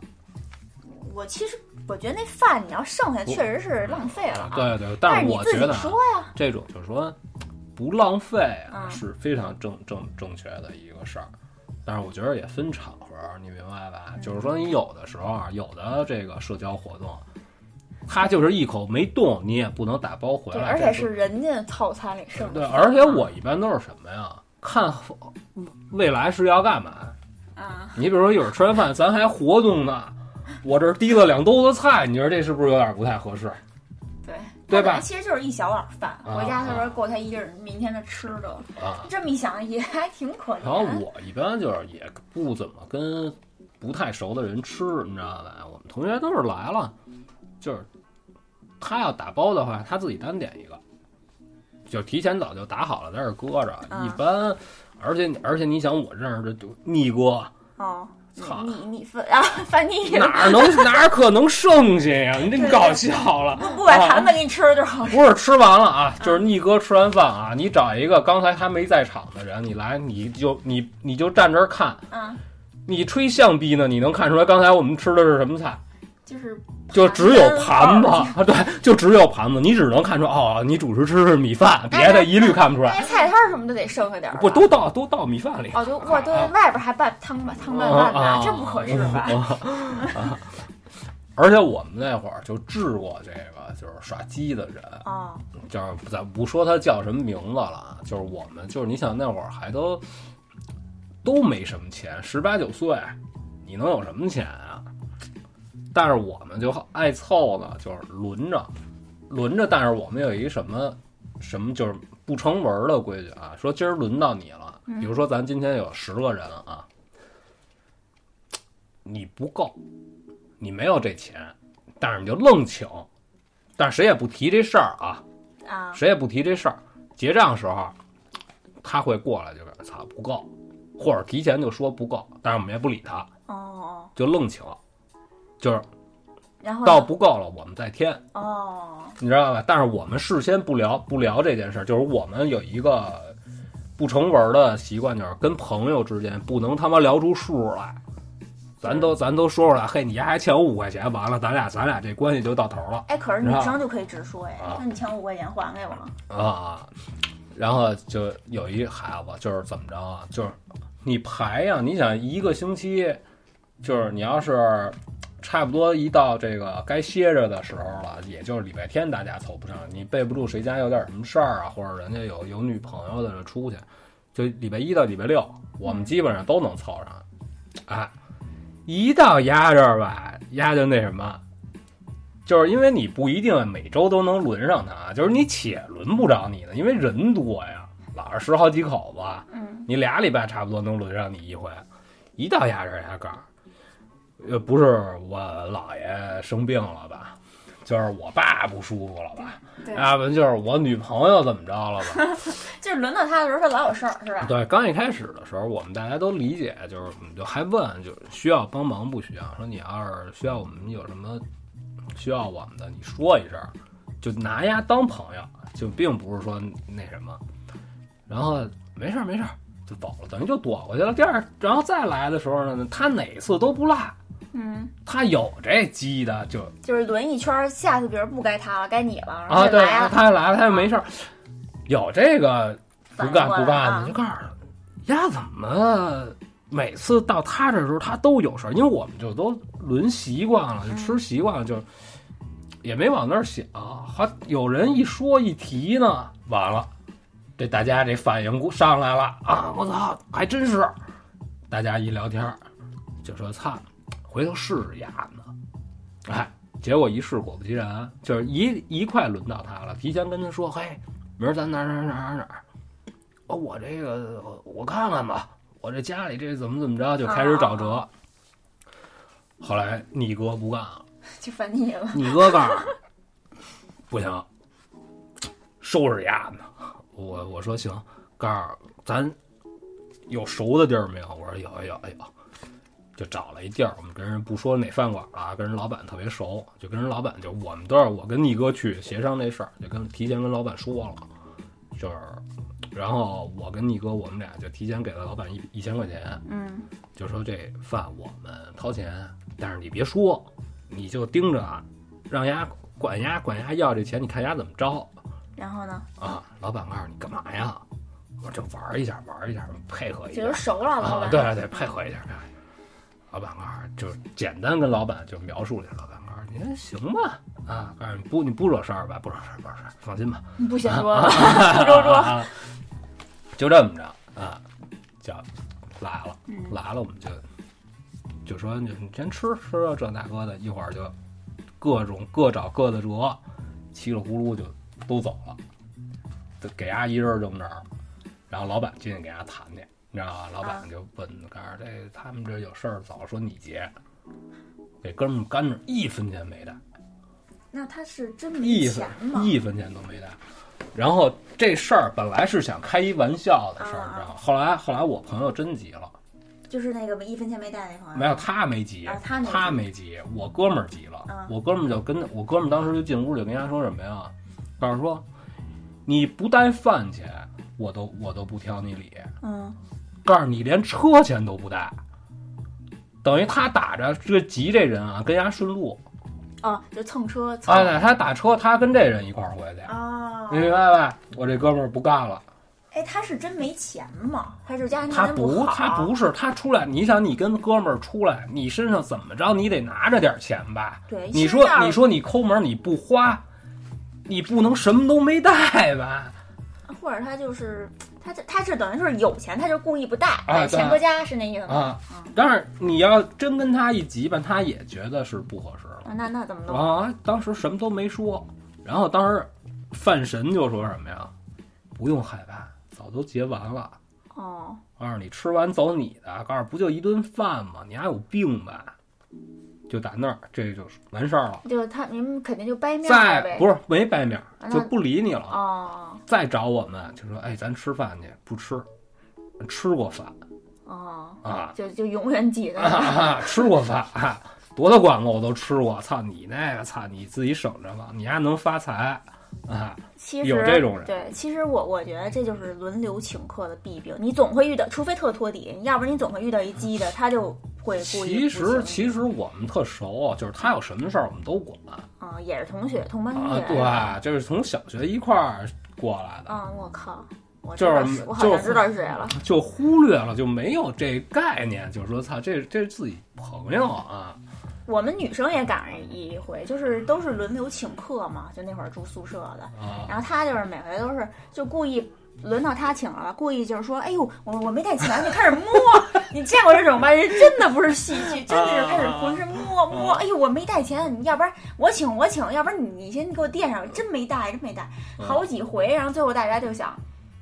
B: 我其实我觉得那饭你要剩下确实是浪费了啊，
A: 对对，
B: 但
A: 是
B: 你
A: 我
B: 自
A: 觉
B: 己
A: 得啊
B: 说呀，
A: 这种就是说不浪费啊，
B: 嗯
A: 是非常正正正确的一个事儿。但是我觉得也分场合，你明白吧？
B: 嗯
A: 就是说你有的时候啊，有的这个社交活动，他就是一口没动，你也不能打包回
B: 对，
A: 来。
B: 而且
A: 这
B: 是人家套餐里剩
A: 对，
B: 的饭啊。
A: 而且我一般都是什么呀？看未来是要干嘛？
B: 啊，
A: 你比如说一会儿吃完饭，咱还活动呢，我这儿提了两兜子菜，你说这是不是有点不太合适？
B: 对
A: 对吧
B: 他本来其实就是一小碗饭，
A: 啊
B: 回家他说够他一人明天的吃的。
A: 啊，
B: 这么一想也还挺可
A: 然后
B: 怜。
A: 我一般就是也不怎么跟不太熟的人吃，你知道吧？我们同学都是来了，就是他要打包的话，他自己单点一个，就提前早就打好了，在这儿搁着。
B: 啊
A: 一般，而且而且你想，我认识的就你哥
B: 哦，你
A: 操
B: 你你分啊，翻你
A: 哪儿能哪儿可能剩下呀？你这
B: 对
A: 搞笑了。
B: 不不管
A: 啊
B: 盘子给你吃就好。
A: 不是吃完了啊，就是你哥吃完饭啊，你找一个刚才还没在场的人，你来你就你你就站这儿看，
B: 嗯，
A: 你吹象逼呢？你能看出来刚才我们吃的是什么菜？
B: 就是
A: 就只有盘
B: 子，
A: 子， 对，就只有盘子，你只能看出哦，你主食吃的是米饭，别的一律看不出来。
B: 那菜摊儿什么的得剩下点儿吧。
A: 不都倒都倒米饭里？
B: 哦，就哇，对，
A: 啊
B: 外边还拌汤吧，汤拌
A: 啊
B: 饭
A: 啊
B: 呢，这不合适吧？
A: 啊而且我们那会儿就治过这个，就是耍鸡的人，
B: 啊，
A: 就是咱不说他叫什么名字了啊，就是我们就是你想那会儿还都都没什么钱，十八九岁，你能有什么钱啊？但是我们就爱凑呢，就是轮着轮着，但是我们有一什么什么就是不成文儿的规矩啊，说今儿轮到你了，
B: 嗯
A: 比如说咱今天有十个人啊，你不够，你没有这钱，但是你就愣请，但是谁也不提这事儿啊，
B: 啊，
A: 谁也不提这事儿。结账时候，他会过来就给操不够，或者提前就说不够，但是我们也不理他，
B: 哦哦，
A: 就愣请，就是
B: 然后
A: 到
B: 呢
A: 不够了我们再添，
B: 哦，
A: 你知道吧？但是我们事先不聊不聊这件事儿，就是我们有一个不成文的习惯，就是跟朋友之间不能他妈聊出数来。咱都咱都说出来，嘿，你还欠我五块钱，完了，咱俩咱俩这关系就到头了。
B: 哎，可是
A: 然
B: 女
A: 后
B: 生就可以直说哎
A: 啊，
B: 那你欠我五块钱还给我。
A: 啊，然后就有一孩子就是怎么着啊，就是你排呀、你想一个星期，就是你要是差不多一到这个该歇着的时候了，也就是礼拜天大家凑不上，你备不住谁家有点什么事儿啊，或者人家有有女朋友的就出去，就礼拜一到礼拜六，我们基本上都能凑上，哎，一到压这儿吧，压就那什么。就是因为你不一定每周都能轮上他，就是你且轮不着你呢，因为人多呀，老是十好几口子，
B: 嗯，
A: 你俩礼拜差不多能轮上你一回。一到压人压杠，呃，不是我姥爷生病了吧，就是我爸不舒服了吧，
B: 对，
A: 要不然就是我女朋友怎么着了吧，
B: 就是轮到他的时候，他老有事儿，是吧？
A: 对，刚一开始的时候，我们大家都理解，就是我们就还问，就是需要帮忙不需要？说你要是需要我们有什么需要我们的，你说一声，就拿丫当朋友，就并不是说那什么。然后没事儿没事儿就走了，等于就躲过去了。第二，然后再来的时候呢，他哪次都不落，
B: 嗯，
A: 他有这鸡的就
B: 就是轮一圈儿，下次比如不该他了，该你了，然
A: 啊，
B: 后就
A: 对，
B: 来
A: 他
B: 了，
A: 他来了，他就没事儿，有这个不
B: 反
A: 干
B: 过
A: 不
B: 来
A: 干
B: 啊
A: 的，就告诉他，呀，怎么每次到他这时候他都有事儿？因为我们就都轮习惯了，就
B: 嗯
A: 吃习惯了，就也没往那儿想。还有人一说一提呢，完了，这大家这反应上来了啊！我操，还真是！大家一聊天儿就说：“操，回头试试牙呢。”哎，结果一试，果不其然，就是一一块轮到他了，提前跟他说：“嘿，明儿咱哪儿哪儿哪儿哪儿哪儿。”哦，我这个我我看看吧，我这家里这怎么怎么着，就开始找辙。后来你哥不干啊了，
B: 就烦你了。
A: 你哥告诉我 不行，收拾丫呢。我我说行，告诉我咱有熟的地儿没有？我说有有有，就找了一地儿，我们跟人不说哪饭馆了啊，跟人老板特别熟，就跟人老板就我们都是我跟你哥去协商这事儿，就跟提前跟老板说了，就是，然后我跟你哥我们俩就提前给了老板一一千块钱，
B: 嗯，
A: 就说这饭我们掏钱，但是你别说，你就盯着啊，让丫管丫管丫要这钱，你看丫怎么着
B: 然后呢，
A: 啊？老板告诉你干嘛呀？我这玩一下，玩一下，配合一下
B: 就，是熟了，老
A: 啊，
B: 板。
A: 对对对，配合一下，配合一下。老板告诉你就是简单跟老板就描述一下，老板告诉你哎行吧，啊，告诉你不你不惹事儿吧，不惹事儿，不惹事儿，放心吧。
B: 不嫌多了，不周 桌。
A: 啊，就这么着啊，就来了，
B: 嗯
A: 来了，我们就就说你你先吃吃了这那个的，一会儿就各种各找各的辙，稀里呼噜就都走了，就给伢一人扔这儿了，然后老板进去给伢谈去。你知道
B: 啊
A: 吧？老板就问，告诉这他们这有事儿早说你结，这哥们儿干着一分钱没带，
B: 那他是真
A: 一
B: 没
A: 分
B: 钱吗？
A: 一分钱都没带。然后这事儿本来是想开一玩笑的事儿，
B: 啊
A: 你知道吗？后来后来我朋友真急了，
B: 就是那个一分钱没带那朋友。
A: 没有他没急
B: 啊，他没急
A: 他没急，我哥们儿急了
B: 啊，
A: 我哥们儿就跟我哥们儿当时就进屋就跟人家说什么呀？告诉说你不带饭钱，我都我都不挑你理，
B: 嗯，
A: 告诉你连车钱都不带，等于他打着这急这人啊，跟人家顺路，
B: 啊，就蹭车蹭
A: 啊，对，嗯他打车，他跟这人一块儿回去，
B: 啊
A: 你明白吧？我这哥们儿不干了，
B: 哎，他是真没钱吗？还是家庭条
A: 他
B: 件
A: 不，
B: 好？啊
A: 他不是，他出来，你想，你跟哥们儿出来，你身上怎么着，你得拿着点钱吧？
B: 对，
A: 你
B: 身
A: 说，
B: 价
A: 你说你抠门儿，你不花，你不能什么都没带吧？
B: 或者他就是他这他这等于是有钱，他就故意不带，哎
A: 啊对
B: 钱搁家是那意思吗？
A: 啊，但是你要真跟他一急吧，他也觉得是不合适了。
B: 啊，那那怎么弄？
A: 啊，当时什么都没说，然后当时范神就说什么呀？不用害怕，早都结完了。
B: 哦，
A: 告诉你吃完走你的，告诉不就一顿饭吗？你还有病吧？就打那儿，这就是完事儿了。
B: 就是他你们肯定就掰面了
A: 再
B: 呗。
A: 不是没掰面
B: 啊那
A: 就不理你了。
B: 哦
A: 再找我们就说，哎，咱吃饭去，不吃，吃过饭
B: 哦，
A: 啊，
B: 就就永远记得。
A: 啊吃过饭、啊，多大馆子我都吃过。操你那个，操你自己省着吧，你还能发财啊？
B: 其实
A: 有这种人
B: 对，其实我我觉得这就是轮流请客的弊病，你总会遇到，除非特托底，要不然你总会遇到一鸡的，他就会故
A: 其
B: 意不
A: 实
B: 请
A: 其实我们特熟，就是他有什么事儿我们都管
B: 啊、也是同学同班同
A: 啊
B: 学。，
A: 对，就是从小学一块儿过来的。
B: 啊、我靠，我
A: 就是
B: 知道我好
A: 就嗯
B: 像
A: 是
B: 知道是谁了。
A: 就忽略了，就没有这概念，就是说，操，这这是自己朋友啊，
B: 我们女生也赶上一回，就是都是轮流请客嘛，就那会儿住宿舍的，
A: 啊，
B: 然后她就是每回都是就故意。轮到她请了，故意就是说，哎呦，我我没带钱，就开始摸。 你见过这种吧？人真的不是戏剧，真的是开
A: 啊
B: 始浑身摸摸。哎呦，我没带钱，你要不然我请我请，要不然你你先给我垫上，真没带，真没带，
A: 嗯
B: 好几回。然后最后大家就想，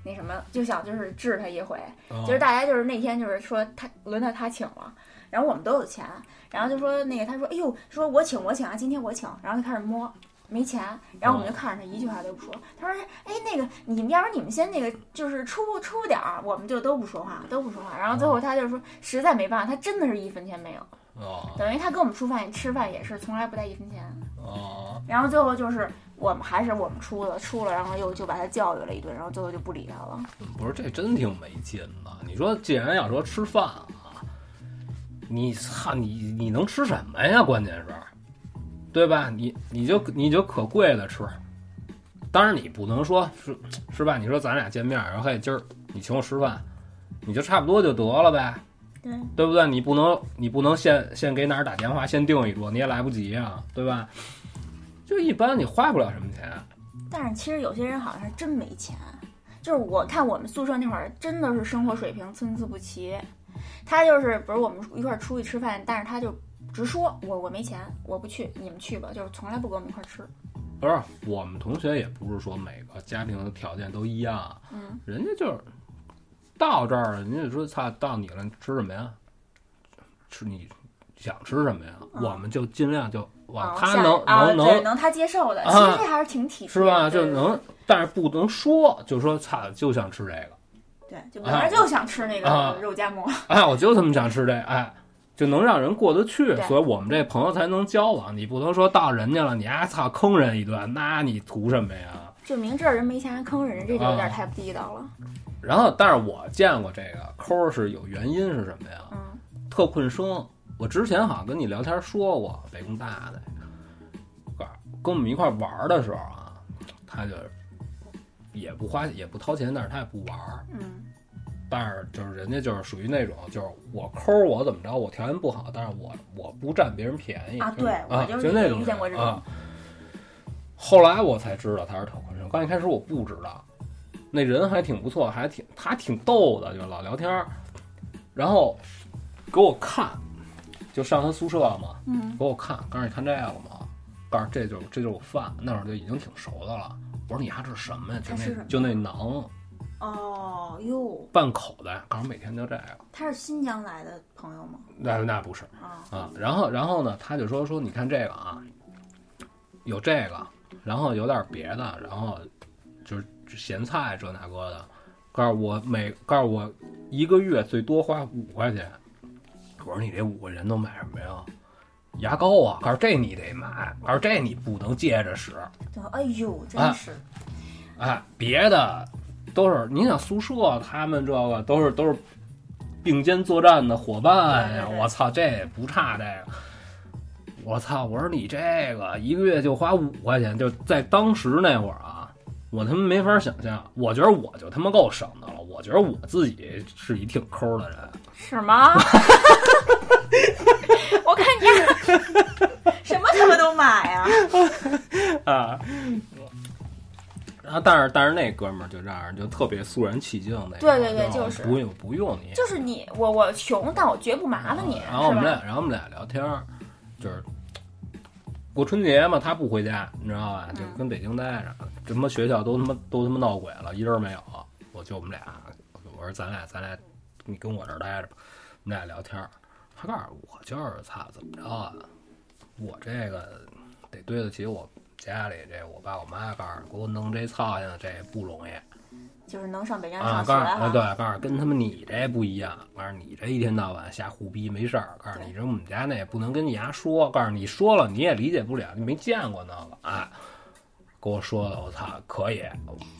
B: 那什么，就想就是治他一回。
A: 啊
B: 就是大家就是那天就是说他轮到他请了，然后我们都有钱，然后就说那个他说哎呦，说我请我请啊，今天我请，然后他开始摸。没钱，然后我们就看着他一句话都不说。他说：“哎，那个你们，要不然你们先那个，就是出出点儿，我们就都不说话，都不说话。”然后最后他就说：“实在没办法，他真的是一分钱没有，
A: 啊
B: 等于他跟我们出饭吃饭也是从来不带一分钱。
A: 啊，”
B: 然后最后就是我们还是我们出了，出了，然后又就把他教育了一顿，然后最后就不理他了。
A: 不是，这真挺没劲的。你说，既然要说吃饭啊，你操，你你能吃什么呀？关键是，对吧？你你就你就可贵了吃。当然，你不能说是是吧？你说咱俩见面，然后嘿，今儿你请我吃饭，你就差不多就得了呗。
B: 对，
A: 对不对？你不能，你不能先先给哪儿打电话，先订一桌，你也来不及啊，对吧？就一般你花不了什么钱，
B: 但是其实有些人好像是真没钱，就是我看我们宿舍那会儿真的是生活水平参差不齐，他就是不是我们一块儿出去吃饭，但是他就直说我我没钱，我不去，你们去吧，就是从来不跟我们一块儿吃。
A: 不是我们同学也不是说每个家庭的条件都一样，啊
B: 嗯，
A: 人家就是到这儿了，人家就说操，到你了，吃什么呀？吃你想吃什么呀？
B: 嗯
A: 我们就尽量就往
B: 啊
A: 他
B: 下
A: 能、
B: 啊
A: 能
B: 对
A: 能
B: 能他接受的，
A: 啊
B: 其实这还是挺体贴
A: 是
B: 的，
A: 吧？
B: 对
A: 就能，但是不能说，就说操，就想吃这个。
B: 对，就我还就想吃那
A: 啊
B: 个肉夹馍，
A: 哎，我就他妈想吃这，哎，就能让人过得去，
B: 对
A: 所以我们这朋友才能交往。你不能说到人家了，你还操坑人一顿，那你图什么呀？
B: 就明知道人没钱还坑人，这就有点
A: 啊
B: 太不地道了。
A: 然后，但是我见过这个抠儿是有原因是什么呀？
B: 嗯，
A: 特困生，我之前好像跟你聊天说过，北工大的，跟跟我们一块玩儿的时候啊，他就也不花也不掏钱，但是他也不玩儿。
B: 嗯，
A: 但是就是人家就是属于那种，就是我抠儿我怎么着，我条件不好，但是我我不占别人便宜
B: 啊
A: 就是
B: 对
A: 啊，
B: 我就是
A: 那种
B: 遇见过这
A: 人
B: 种
A: 啊。后来我才知道他是特困生，刚一开始我不知道，那人还挺不错，还挺他挺逗的，就老聊天儿，然后给我看，就上他宿舍嘛，
B: 嗯，
A: 给我看，告诉你看这个嘛，告诉这就这就是我饭，那会儿就已经挺熟的了。我说你丫这是什么呀？就
B: 他吃什
A: 那
B: 么
A: 就那馕
B: 哦哟，
A: 半口袋，告诉每天就这个。
B: 他是新疆来的朋友吗？
A: 那那不是
B: 啊，
A: 啊。然后然后呢，他就说说你看这个啊，有这个，然后有点别的，然后就是咸菜这那个的。告诉我每告诉我一个月最多花五块钱。我说你这五个人都买什么呀？牙膏啊！告诉这你得买，告诉这你不能接着使。
B: 对，哎呦，真
A: 啊
B: 是。
A: 哎，别的都是你想宿舍他们这个都是都是并肩作战的伙伴呀
B: 对对，对
A: 我操，这也不差这个。我操！我说你这个一个月就花五块钱，就在当时那会儿啊，我他妈没法想象。我觉得我就他妈够省的了，我觉得我自己是一挺抠的人。
B: 是吗？ 我看你什么他妈都买啊！
A: 啊。然后，啊但是但是那哥们儿就让人就特别肃然起敬那种，
B: 对对对就是
A: 不用不用你，
B: 就是你，我我穷，但我绝不麻烦你，
A: 然啊后我
B: 是
A: 们俩
B: 吧？，
A: 然后我们俩聊天儿，就是过春节嘛，他不回家，你知道吧？就
B: 嗯
A: 跟北京待着，什么学校都他妈都他妈闹鬼了，一人没有。我就我们俩，我说咱俩咱俩，你跟我这儿待着吧。我们俩聊天儿，他告诉我就是操怎么着啊，我这个得对得起我家里这我爸我妈，告诉给我弄这操性这不容易。
B: 就是能上北京
A: 啊，
B: 上
A: 告
B: 学
A: 诉啊，
B: 哈。
A: 对，告诉跟他们你这不一样，告诉你这一天到晚瞎胡逼没事儿，告诉你这我们家那也不能跟你丫说，告诉你说了你也理解不了，你没见过那个，哎，给我说的，我操，可以，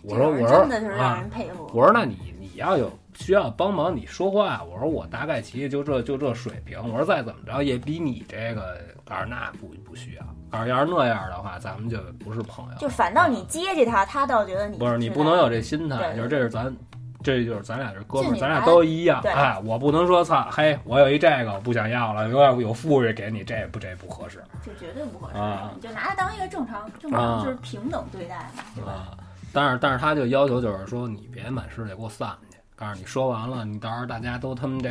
A: 我说
B: 这种
A: 我
B: 人
A: 说
B: 真的是让
A: 啊
B: 人，佩服。
A: 我说那你你要有需要帮忙你说话，我说我大概其实就这就这水平，我说再怎么着也比你这个，告诉那不不需要，告诉要是那样的话，咱们就不是朋友了，啊
B: 就反倒你接济他，他倒觉得你
A: 不是你
B: 他
A: 不能有这心态，
B: 嗯对
A: 就是这是咱，这就是咱俩是哥们
B: 就
A: 儿，
B: 你
A: 咱俩
B: 来
A: 都一样。
B: 对
A: 哎，我不能说操，嘿，我有一这个我不想要了，有点有富裕给你，这不这不合适
B: 就绝对不合适，
A: 啊
B: 你就拿他当一个正常正
A: 啊
B: 常就是平等对待嘛，对吧？
A: 啊。但是但是他就要求就是说你别满世界给我散去，告诉你说完了，你到时候大家都他们这，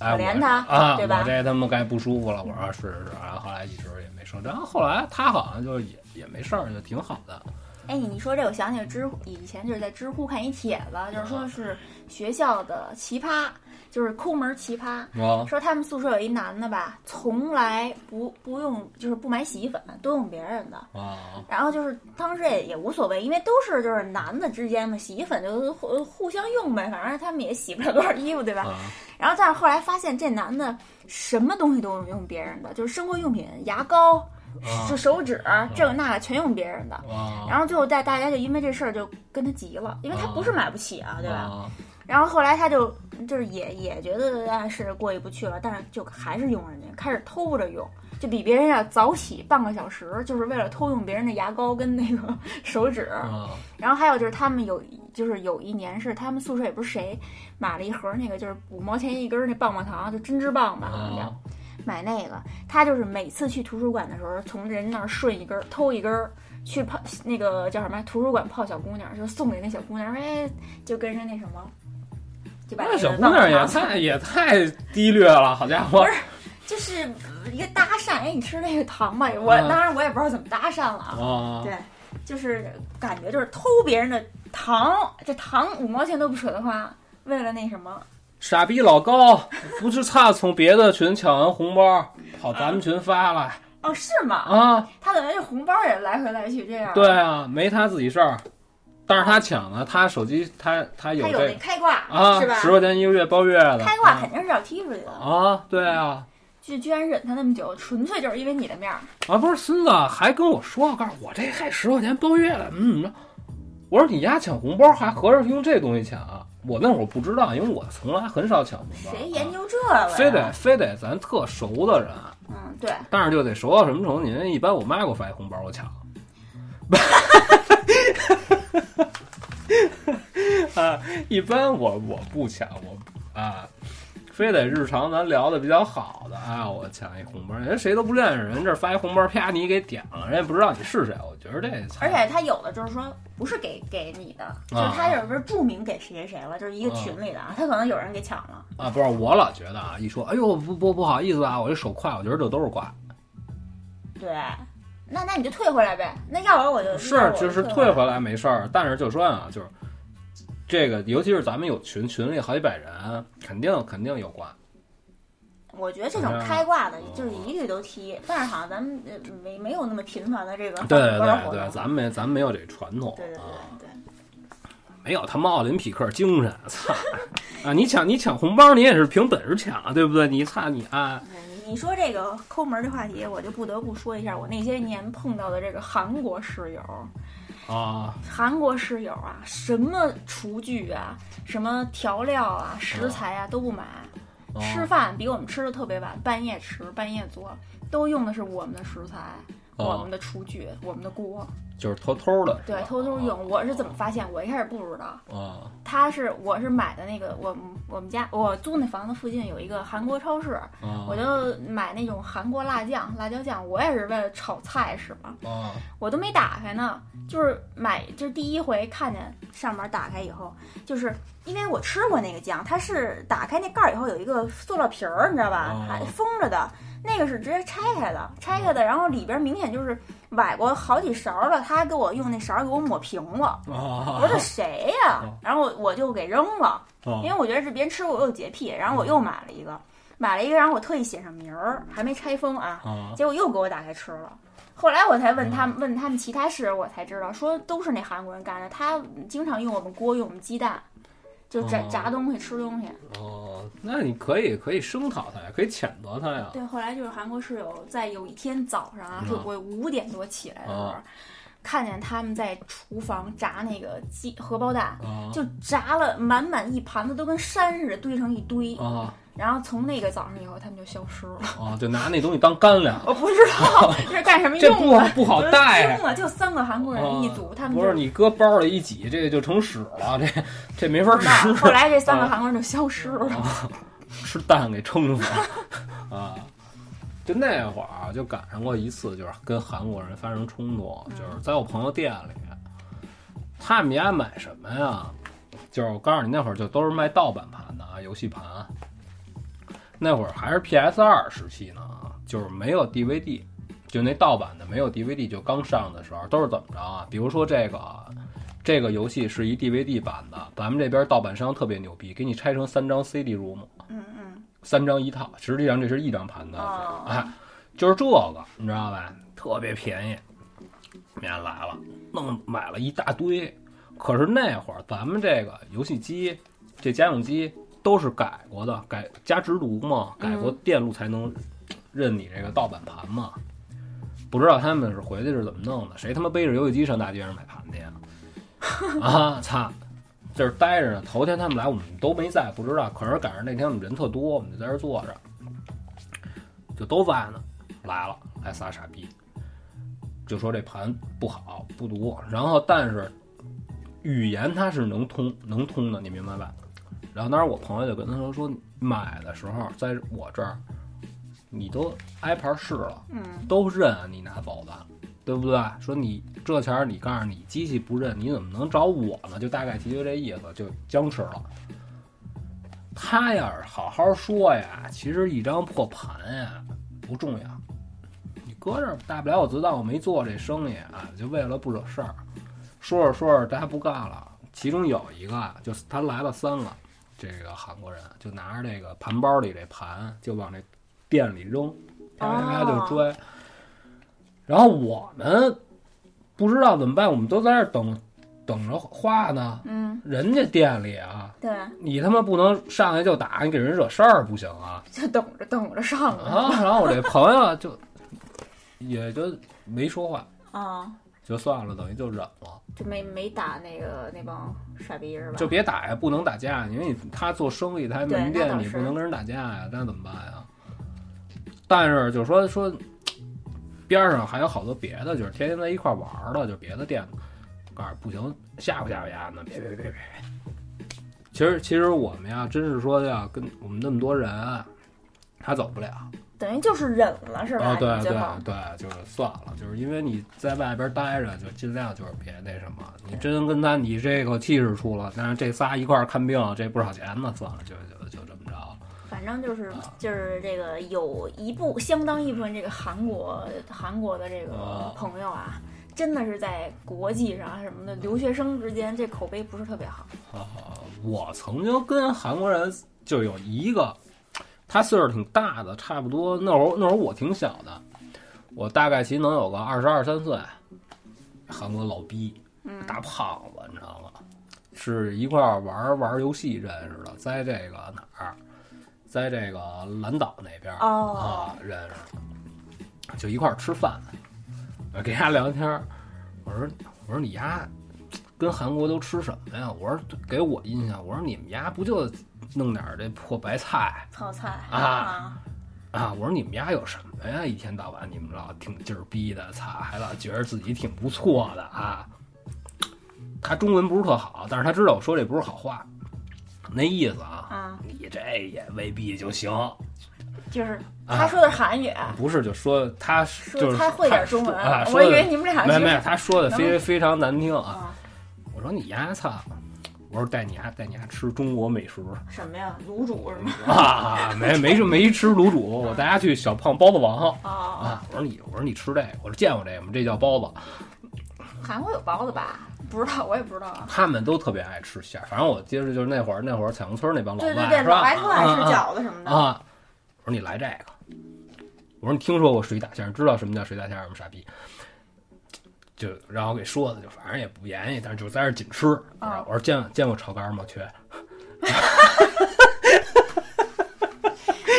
A: 哎，
B: 可怜
A: 我
B: 他
A: 啊，
B: 对吧
A: 我这他妈该不舒服了。我说啊是是是，然后后来一直也没事儿，然后后来他好像就是也也没事儿，就挺好的。
B: 哎，你你说这，我想起了知乎以前就是在知乎看一帖子，就是
A: 啊
B: 说是学校的奇葩，就是抠门奇葩。
A: 啊
B: 说他们宿舍有一男的吧，从来不不用，就是不买洗衣粉，都用别人的。
A: 啊
B: 然后就是当时也也无所谓，因为都是就是男的之间嘛，洗衣粉就互互相用呗，反正他们也洗不了多少衣服，对吧？
A: 啊！
B: 然后但是后来发现这男的什么东西都用别人的，就是生活用品、牙膏、
A: 啊
B: 就手指这个那个全用别人的。
A: 啊
B: 然后最后大大家就因为这事儿就跟他急了，因为他不是买不起啊，对吧？
A: 啊
B: 然后后来他就就是也也觉得啊是过意不去了，但是就还是用人家，开始偷着用，就比别人要早起半个小时，就是为了偷用别人的牙膏跟那个 手指。
A: 啊！
B: 然后还有就是他们有就是有一年是他们宿舍也不是谁买了一盒那个就是五毛钱一根儿那棒棒糖，就针织棒吧，好像叫
A: 啊。
B: 买那个，他就是每次去图书馆的时候，从人那儿顺一根儿，偷一根儿去泡那个叫什么图书馆泡小姑娘，就送给那小姑娘，哎，就跟人那什么，就把
A: 那
B: 个
A: 小姑娘也
B: 棒糖
A: 太也太低劣了，好家伙！
B: 就是呃一个搭讪，哎，你吃那个糖吧，我、
A: 嗯
B: 当然我也不知道怎么搭讪了啊，
A: 啊，
B: 对，就是感觉就是偷别人的糖，这糖五毛钱都不舍得花，为了那什么，
A: 傻逼老高，不是差从别的群抢完红包跑咱们群发了
B: 哦，是吗？
A: 啊？
B: 他等于这红包也来回来去这样，
A: 对，啊，没他自己事儿，但是他抢了，他手机他他有
B: 他有
A: 这
B: 那开挂、
A: 啊
B: 是吧，？
A: 十块钱一个月包月的
B: 开挂肯定是要踢出去的。
A: 啊，对啊。
B: 就居然忍他那么久，纯粹就是因为你的面儿。
A: 啊，不是孙子还跟我说，告诉我这还十块钱包月了，嗯，我说你丫抢红包还合着是用这东西抢啊？我那会儿不知道，因为我从来很少抢红包啊。
B: 谁研究这个呀？
A: 非得非得咱特熟的人，
B: 嗯，对，
A: 但是就得熟到什么程度？您一般我妈给我发一红包，我抢。 啊，一般我我不抢，我啊，非得日常咱聊的比较好的啊，我抢一红包，人谁都不认识，人这发一红包，啪你给点了，人也不知道你是谁，我觉得这
B: 而且他有的就是说不是给给你
A: 啊
B: 的，就是他有时候注明给谁谁谁了，就是一个群里的啊，他可能有人给抢了。
A: 啊，不是我老觉得啊，一说哎呦不不不好意思啊，我这手快，我觉得这都是挂，，
B: 对，那那你就退回来呗。那要不然我就是
A: 就是退
B: 回
A: 回来没事儿，但是就说啊，就是这个，尤其是咱们有群，群里好几百人，肯定肯定有挂。
B: 我觉得
A: 哎
B: 这种开挂的，就是一律都踢，但是好像咱们呃没没有那么频繁的这个
A: 对对
B: 反光活
A: 对
B: 动
A: 对，咱们没咱们没有这传统，
B: 对对对
A: 啊，
B: 对
A: 没有他妈奥林匹克精神， 操啊！你抢你抢红包，你也是凭本事抢，啊对不对？你操你啊！
B: 嗯你说这个抠门儿这话题，我就不得不说一下我那些年碰到的这个韩国室友。
A: 啊
B: 韩国室友啊，什么厨具啊，什么调料啊、食材啊都不买，
A: 哦
B: 吃饭比我们吃的特别晚，半夜吃，半夜做，都用的是我们的食材、
A: 哦
B: 我们的厨具、我们的锅，
A: 就是偷偷的，
B: 对，偷
A: 哦
B: 偷用。我是怎么发现？我一开始不知道，
A: 啊
B: 他是我是买的那个我们我们家我租那房子附近有一个韩国超市，
A: 啊，
B: 我就买那种韩国辣酱、辣椒酱，我也是为了炒菜使嘛，
A: 啊
B: 我都没打开呢，就是买，就是第一回看见上面打开以后，就是
C: 因为我吃过那个酱，它是打开那盖儿以后有一个塑料瓶儿，你知道吧
A: 哦？
C: 还封着的，那个是直接拆开的，拆开的，然后里边明显就是崴过好几勺了，他还给我用那勺给我抹平了。我说
A: 啊
C: 这谁呀、
A: 哦
C: 然后我我就给扔了，
A: 啊
C: 因为我觉得这别人吃我有洁
A: 嗯
C: 癖，然后我又买了一个，买了一个，然后我特意写上名儿，还没拆封啊，
A: 啊！
C: 结果又给我打开吃了。后来我才问他们，问他们其他室友，我才知道说都是那韩国人干的。他经常用我们锅，用我们鸡蛋，就炸、
A: 哦
C: 炸东西、吃东西。
A: 哦，那你可以可以声讨他呀，可以谴责他呀。
B: 对，后来就是韩国室友在有一天早上啊，
A: 嗯
B: 是我五点多起来的时候，
A: 啊
B: 看见他们在厨房炸那个鸡荷包蛋。
A: 啊
B: 就炸了满满一盘子，都跟山似的堆成一堆。
A: 啊
B: 然后从那个早上以后，他们就消失了。
A: 啊！就拿那东西当干粮，
B: 我不知 道这是干什么
A: 这
B: 哦用
A: 不
B: 的，
A: 不好
B: 我就
A: 带啊
B: 惊。了，就三个韩国人一组，他们
A: 不
B: 啊哦就是
A: 你搁包里一挤，这个就成屎了，这这没法
B: 不知道
A: 吃。
B: 后来这三个韩国人就消失了。
A: 啊，吃蛋给撑死了 啊！就那会儿啊，就赶上过一次，就是跟韩国人发生冲突，就是在我朋友店里，他们家买什么呀？就是我告诉你，那会儿就都是卖盗版盘的啊，游戏盘。那会儿还是 PS 二时期呢，就是没有 DVD，就那盗版的没有 DVD，就刚上的时候都是怎么着啊？比如说这个这个游戏是一 DVD 版的，咱们这边盗版商特别牛逼，给你拆成三张 CD-ROM，
C: 嗯嗯，
A: 三张一套，实际上这是一张盘的，
C: 哦
A: 哎，就是这个，你知道吧？特别便宜，人家来了，弄买了一大堆。可是那会儿咱们这个游戏机，这家用机都是改过的，改加直读嘛，改过电路才能认你这个盗版盘嘛。不知道他们是回去是怎么弄的，谁他妈背着游戏机上大街上买盘去呀？啊，操！就是待着呢。头天他们来，我们都没在，不知道。可是赶上那天我们人特多，我们就在这儿坐着，就都在呢。来了，来仨傻逼，就说这盘不好不读。然后，但是语言它是能通能通的，你明白吧？然后当时我朋友就跟他说说，买的时候在我这儿，你都挨盘试了，
C: 嗯，
A: 都认啊你拿走的，对不对？说你这钱儿你告诉你机器不认，你怎么能找我呢？就大概提就这意思，就僵持了。他要是好好说呀，其实一张破盘呀不重要，你搁这儿大不了我自当我没做这生意啊，就为了不惹事儿。说着说着，大家不干了。其中有一个，就是他来了三个，这个韩国人就拿着这个盘包里这盘，就往这店里扔，啪啪啪就拽。然后我们不知道怎么办，我们都在这儿等，等着画呢。
C: 嗯，
A: 人家店里啊，
C: 对，
A: 你他妈不能上来就打，你给人惹事儿不行啊！
B: 就等着等着上了。
A: 啊，然后我这朋友就也就没说话，
C: 啊，
A: 就算了，等于就忍了。
B: 就没没打那个那帮傻逼是吧？
A: 就别打呀，不能打架，因为你他做生意，他
C: 对
A: 门
C: 那
A: 店，
C: 倒
A: 你
C: 是
A: 不能跟人打架呀，那怎么办呀？但是就说说，边儿上还有好多别的，就是天天在一块儿玩儿的，就别的店，告诉不行，吓唬吓唬丫呢，别别别别别。其实其实我们呀，真是说呀，跟我们那么多人啊，他走不了。
C: 等于就是忍了是吧？
A: 哦，对
C: 最
A: 对
C: 后
A: 对，就是算了，就是因为你在外边待着，就尽量就是别那什么。你真跟他你这个气势出了，但是这仨一块儿看病，这不少钱呢，算了，就就就这么着。
C: 反正就是就是这个有一部相当一部分这个韩国韩国的这
A: 哦
C: 个朋友啊，真的是在国际
B: 啊
C: 上什么的留学生之间，这口碑不是特别好。
A: 啊，我曾经跟韩国人就有一个，他岁数挺大的，差不多那会儿那会儿我挺小的，我大概其实能有个二十二三岁，韩国老逼，大胖子，你知道吗？是一块儿玩儿玩儿游戏认识的，在这个哪儿，在这个蓝岛那边儿、
C: 哦
A: 啊认识的，呃就一块儿吃饭，我跟人家聊天儿，我说我说你丫跟韩国都吃什么呀？我说给我印象，我说你们家不就弄点儿这破白菜
B: 泡哦菜
A: 啊，啊？我说你们家有什么呀？一天到晚你们老挺劲儿逼的，操，还老觉得自己挺不错的啊。他中文不是特好，但是他知道我说这不是好话，那意思啊，
B: 啊，
A: 你这也未必就行。
B: 就是
A: 啊
B: 他说的是韩语，
A: 不是，就说他就
B: 说
A: 是
B: 他会点中文
A: 他啊，，说
B: 我
A: 的
B: 以为你们俩
A: 没
B: 是
A: 没有，他说的非
B: 能
A: 非常难听啊。
B: 啊
A: 我说你丫操，我说带你丫带你丫吃中国美食
B: 什么呀，卤煮是吗？
A: 啊，没没事没吃卤煮，我带家去小胖包子王
B: 哦，
A: 啊。我说你我说你吃这个，我说见过这个吗？这叫包子，
B: 韩国有包子吧？不知道，我也不知道啊。
A: 他们都特别爱吃馅儿。反正我接着就是那会儿那会儿彩虹村那帮老
B: 对对
A: 外
B: 对，
A: 是吧？
B: 老外特爱吃
A: 啊啊
B: 饺子什么
A: 啊
B: 的，
A: 啊我说你来这个，我说你听说过水打馅儿，知道什么叫水打馅儿吗？傻逼。就然后给说的，就反正也不严也，但是就在这儿紧吃。
B: 啊
A: 我说见见过炒肝吗？缺。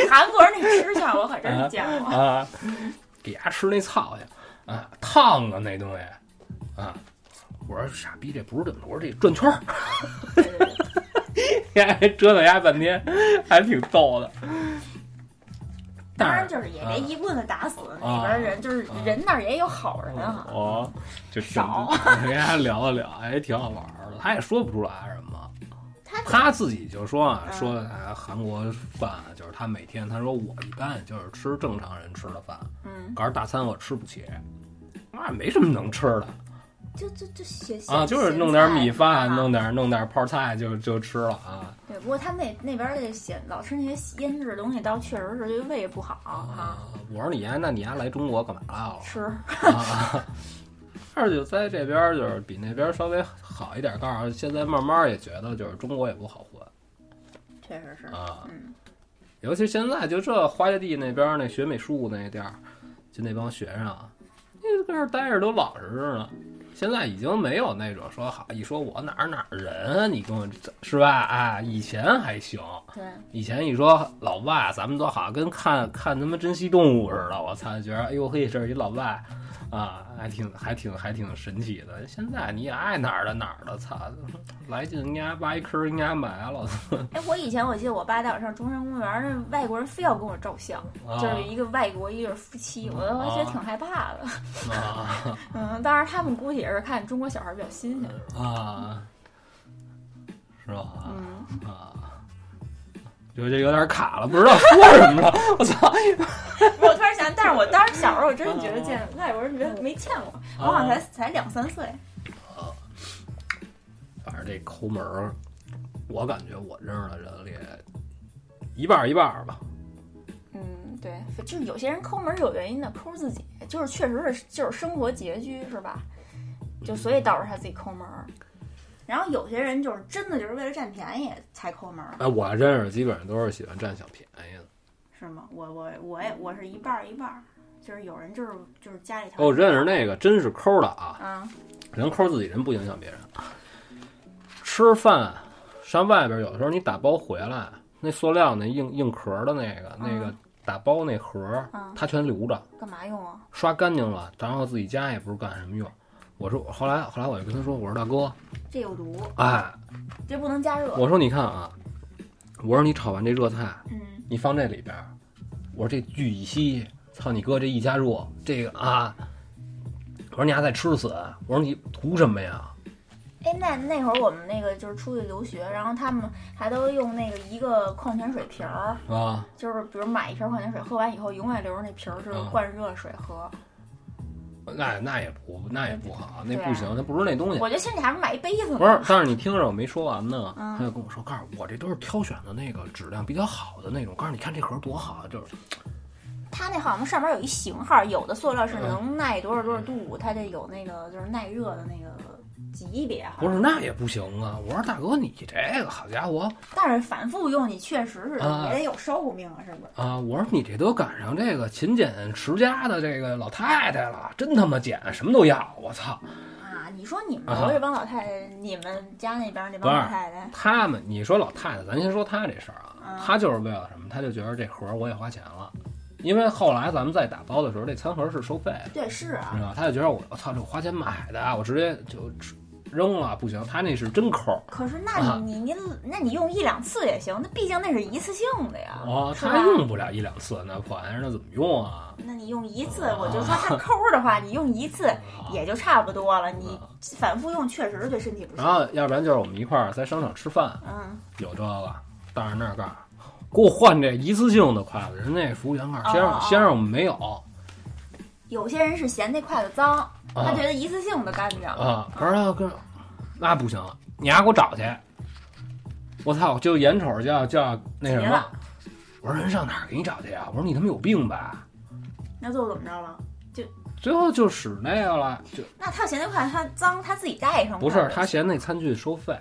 B: 韩国人那吃相我可真是见过。
A: 啊，
B: 嗯
A: 给牙吃那操去啊，烫啊那东西啊！我说傻逼，这不是这么，我说这转圈儿，
B: 对对 对
A: 还折腾牙半天，还挺逗的。
B: 当
A: 但
B: 然
A: 是
B: 就是也
A: 啊
B: 别一棍子打死那边人，就是人那儿也有好人啊。
A: 哦，就
B: 少
A: 跟家聊了聊，哎，挺好玩儿的。他也说不出来什么，
B: 他
A: 他自己就说啊，
B: 嗯
A: 说啊韩国饭啊就是他每天，他说我一般就是吃正常人吃的饭，
B: 嗯，
A: 可是大餐我吃不起，那没什么能吃的。
B: 就就就咸啊
A: 啊，就是弄点米饭，弄点弄点泡菜就就吃了啊。
B: 对，不过他们那那边儿的咸，老吃那些腌制的东西，倒确实是对胃不好啊。
A: 我说你呀，那你呀来中国干嘛来了？
B: 吃
A: 啊，二就在这边儿就是比那边儿稍微好一点，告诉现在慢慢儿也觉得就是中国也不好混
B: 确实是，
A: 啊，
B: 嗯，
A: 尤其现在就这花家地那边儿那学美术那地儿，就那帮学生啊，就跟那儿待着都老实着呢。现在已经没有那种说好一说我哪儿哪儿人啊，你跟我是吧？啊，以前还行，
B: 对，
A: 以前一说老外，咱们都好像跟看看他妈珍稀动物似的，我操，觉得哎呦嘿，这是一老外，啊，还挺还挺还挺神奇的。现在你也爱哪儿的哪儿的，操，来劲人家挖一坑，人家埋了，
B: 哎，我以前我记得我爸带我上中山公园儿，那外国人非要跟我照相，
A: 啊
B: 就是一个外国，一对夫妻，我都觉得挺害怕的。
A: 啊
B: 嗯，当然他们估计也是看中国小孩儿比较新鲜。
A: 啊，是吧？
B: 嗯，
A: 啊，就这有点卡了，不知道说什么了，我操，
B: 我突然想，但是我当时小时候，我真的觉
A: 嗯
B: 得见外国人觉得没见过，我好像才才两三岁。
A: 反正这抠门儿，我感觉我认识的人里一半儿一半儿吧。
B: 嗯，对，就是有些人抠门儿是有原因的，抠自己，就是确实是就是生活拮据，是吧？就所以导致他自己抠门儿。然后有些人就是真的就是为了占便宜才抠门儿，
A: 哎，我认识基本上都是喜欢占小便宜的。
B: 是吗？我我我也我是一半儿一半儿，就是有人就是就是家里条
A: 哦，我认识那个真是抠的啊，
B: 啊，
A: 人抠自己人不影响别人。吃饭上外边，有的时候你打包回来，那塑料那硬硬壳的那个那个打包那盒
B: 嗯，
A: 他全留着，
B: 干嘛用啊？
A: 刷干净了，然后自己家也不是干什么用。我说后来后来我就跟他说，我说大哥，
B: 这有毒，
A: 哎，
B: 这不能加热。
A: 我说你看啊，我说你炒完这热菜，
B: 嗯，
A: 你放这里边儿，我说这聚乙烯，操你哥这一加热，这个啊，我说你还再吃死，我说你图什么呀？
B: 哎，那那会儿我们那个就是出去留学，然后他们还都用那个一个矿泉水瓶儿，
A: 啊，
B: 就是比如买一瓶矿泉水，喝完以后永远留着那瓶儿，就是
A: 啊
B: 灌热水喝。
A: 那哎那也不那也不好，那
B: 对啊
A: 不行，那不是那东西。
B: 我觉得现在还不如买一杯子呢。
A: 不是，但是你听着，我没说完呢。
B: 嗯
A: 他就跟我说：“告诉我这都是挑选的那个质量比较好的那种。告诉你看这盒多好，啊就是
B: 它那好像上面有一型号，有的塑料
A: 嗯
B: 是能耐多少多少度，它这有那个就是耐热的那个级别哈。
A: 不是那也不行啊。”我说：“大哥，你这个好家伙
B: 但是反复用你确实是
A: 啊
B: 也得有烧骨命啊，是不是？
A: 啊！”我说：“你这都赶上这个勤俭持家的这个老太太了，真他妈俭，什么都要。我操！
B: 啊，你说你们
A: 啊
B: 国这帮老太太，你们家那边那
A: 不
B: 帮
A: 是
B: 老太太，
A: 他们，你说老太太，咱先说她这事儿啊
B: 嗯，
A: 她就是为了什么？她就觉得这盒儿我也花钱了，因为后来咱们在打包的时候，这餐盒是收费的，
B: 对，是啊
A: 你知，道吧？她就觉得我我操，这我花钱买的啊，我直接就吃扔了不行，他那是真抠。
B: 可是那
A: 啊
B: 你你你那你用一两次也行，那毕竟那是一次性的呀，
A: 哦，
B: 是吧
A: 他？用不了一两次，那破玩意儿那怎么用啊？
B: 那你用一次，我就说它抠的话，你用一次也就差不多了。
A: 啊
B: 你反复用确实对身体不
A: 然
B: 行。
A: 后要不然就是我们一块儿在商场吃饭，
B: 嗯，
A: 有这个，到那儿那儿干，给我换这一次性的筷子。人那服务员告诉先
B: 哦
A: 生
B: 哦
A: 先生我们没有
B: 有些人是嫌那筷子脏，他
A: 啊
B: 觉得一次性的干净。
A: 啊，可是他跟那不行，你丫给我找去。我操，就眼瞅着就要就要那什
B: 急
A: 么
B: 了，
A: 我说人上哪儿给你找去啊？我说你他妈有病吧？
B: 那最后怎么着了？
A: 最后就使那个了，就
B: 那他要嫌那筷子它脏，他自己带上筷子。
A: 不是他嫌那餐具收费。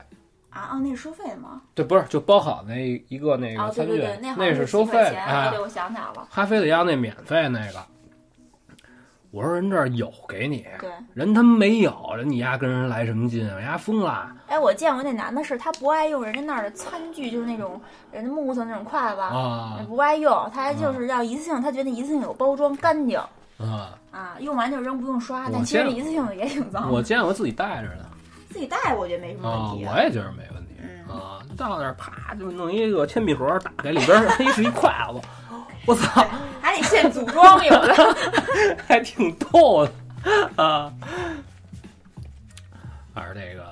B: 啊哦，那是收费的吗？
A: 对，不是就包好那一个那
B: 哦
A: 个，餐
B: 对对
A: 具，
B: 对，好
A: 那
B: 像是
A: 收
B: 7
A: 费
B: 块
A: 的
B: 钱。
A: 哎
B: 哦对，我想起来了，
A: 他非得要那免费那个。我说人这儿有给你，
B: 对。
A: 人他妈没有，人你丫跟人来什么劲啊？人家疯了
B: 哎，我见过那男的是，他不爱用人家那儿的餐具，就是那种人家木头那种筷子，
A: 啊
B: 哎不爱用，他就是要一次性，他觉得一次性有包装干净
A: 啊！
B: 啊，用完就扔，不用刷。
A: 我
B: 但其实
A: 见
B: 一次性的也挺脏
A: 我
B: 的，
A: 见过自己带着的
B: 自己带我觉啊得没什么
A: 啊，
B: 问题、
A: 我也觉得没问题
B: 嗯
A: 啊。到那儿啪就弄一个铅笔盒打开，里边儿嘿是一筷子，我操，
B: 还得现组装有的。
A: 还挺逗的啊。反正这个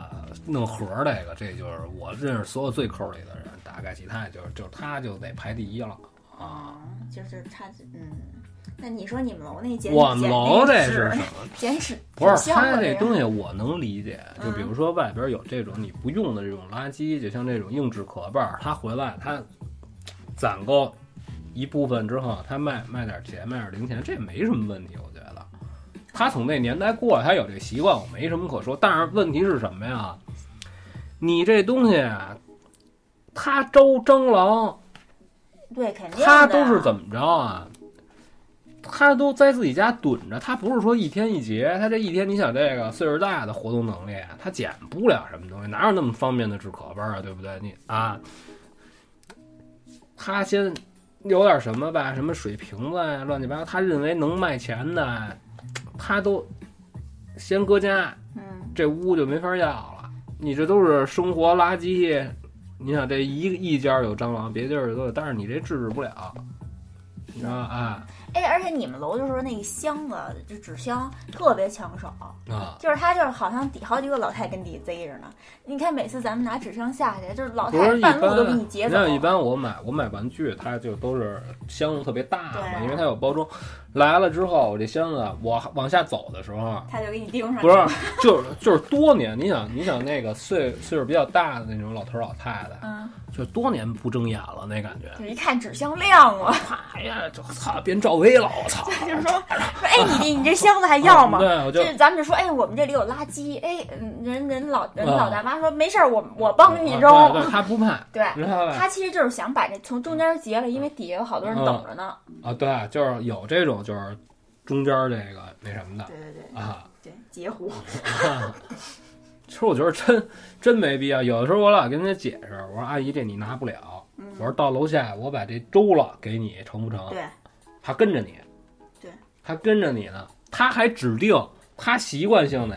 A: 弄盒儿这个，这就是我认识所有最抠里的人，大概其他也就是就是他就得排第一了 啊。
B: 就是差距，嗯。那你说你们楼那减
A: 我们楼这是什么？
B: 减脂
A: 不是
B: 像
A: 它
B: 我
A: 这
B: 样
A: 东西我能理解，就比如说外边有这种你不用的这种垃圾，就像这种硬纸壳把儿，它回来它攒够一部分之后，它卖卖点钱，卖点零钱，这没什么问题，我觉得。他从那年代过来，他有这习惯，我没什么可说。但是问题是什么呀？你这东西，啊它招蟑螂，
B: 对肯定的
A: 他都是怎么着啊？他都在自己家蹲着，他不是说一天一节，他这一天你想这个岁数大的活动能力，他捡不了什么东西，哪有那么方便的纸壳儿啊？对不对？你啊，他先有点什么吧，什么水瓶子呀，乱七八糟，他认为能卖钱的，他都先搁家，
B: 嗯
A: 这屋就没法要了。你这都是生活垃圾，你想这一一家有蟑螂，别地儿都有，但是你这制止不了，你知道吧？
B: 哎，而且你们楼就是说那个箱子，就纸箱特别抢手。
A: 啊啊，
B: 就是他就是好像底好几个老太跟底贼着呢。你看每次咱们拿纸箱下去，就是老
A: 不是
B: 太
A: 一
B: 半
A: 般
B: 路都给你劫走
A: 像。一般我买我买玩具，它就都是箱子特别大
B: 对
A: 嘛，因为它有包装。来了之后，我这箱子我往下走的时候，啊
B: 他就给你盯上，
A: 不是，就是就是多年，你想你想那个岁岁数比较大的那种老头儿老太太，
B: 嗯，
A: 就多年不睁眼了那感觉，
B: 就一看纸箱亮了，
A: 啪呀，就操变赵薇了，我操！
B: 就是说说，哎，你这你这箱子还 要吗？
A: 嗯对，我就
B: 就是咱们就说，哎，我们这里有垃圾，哎，嗯人人老人
A: 啊
B: 老大妈说没事儿，我我帮你扔。
A: 啊对对他不怕，
B: 对
A: 你知道吧？
B: 他其实就是想把这从中间截了，因为底下有好多人等着呢。
A: 啊，对，就是有这种，就是中间这个那什么的
B: 对对对
A: 啊。
B: 对，截胡。
A: 其实我觉得真真没必要。有的时候我老跟人家解释，我说阿姨这你拿不了，我说到楼下我把这周了给你，成不成？
B: 嗯对，
A: 他跟着你，
B: 对，
A: 他跟着你呢，他还指定他习惯性的，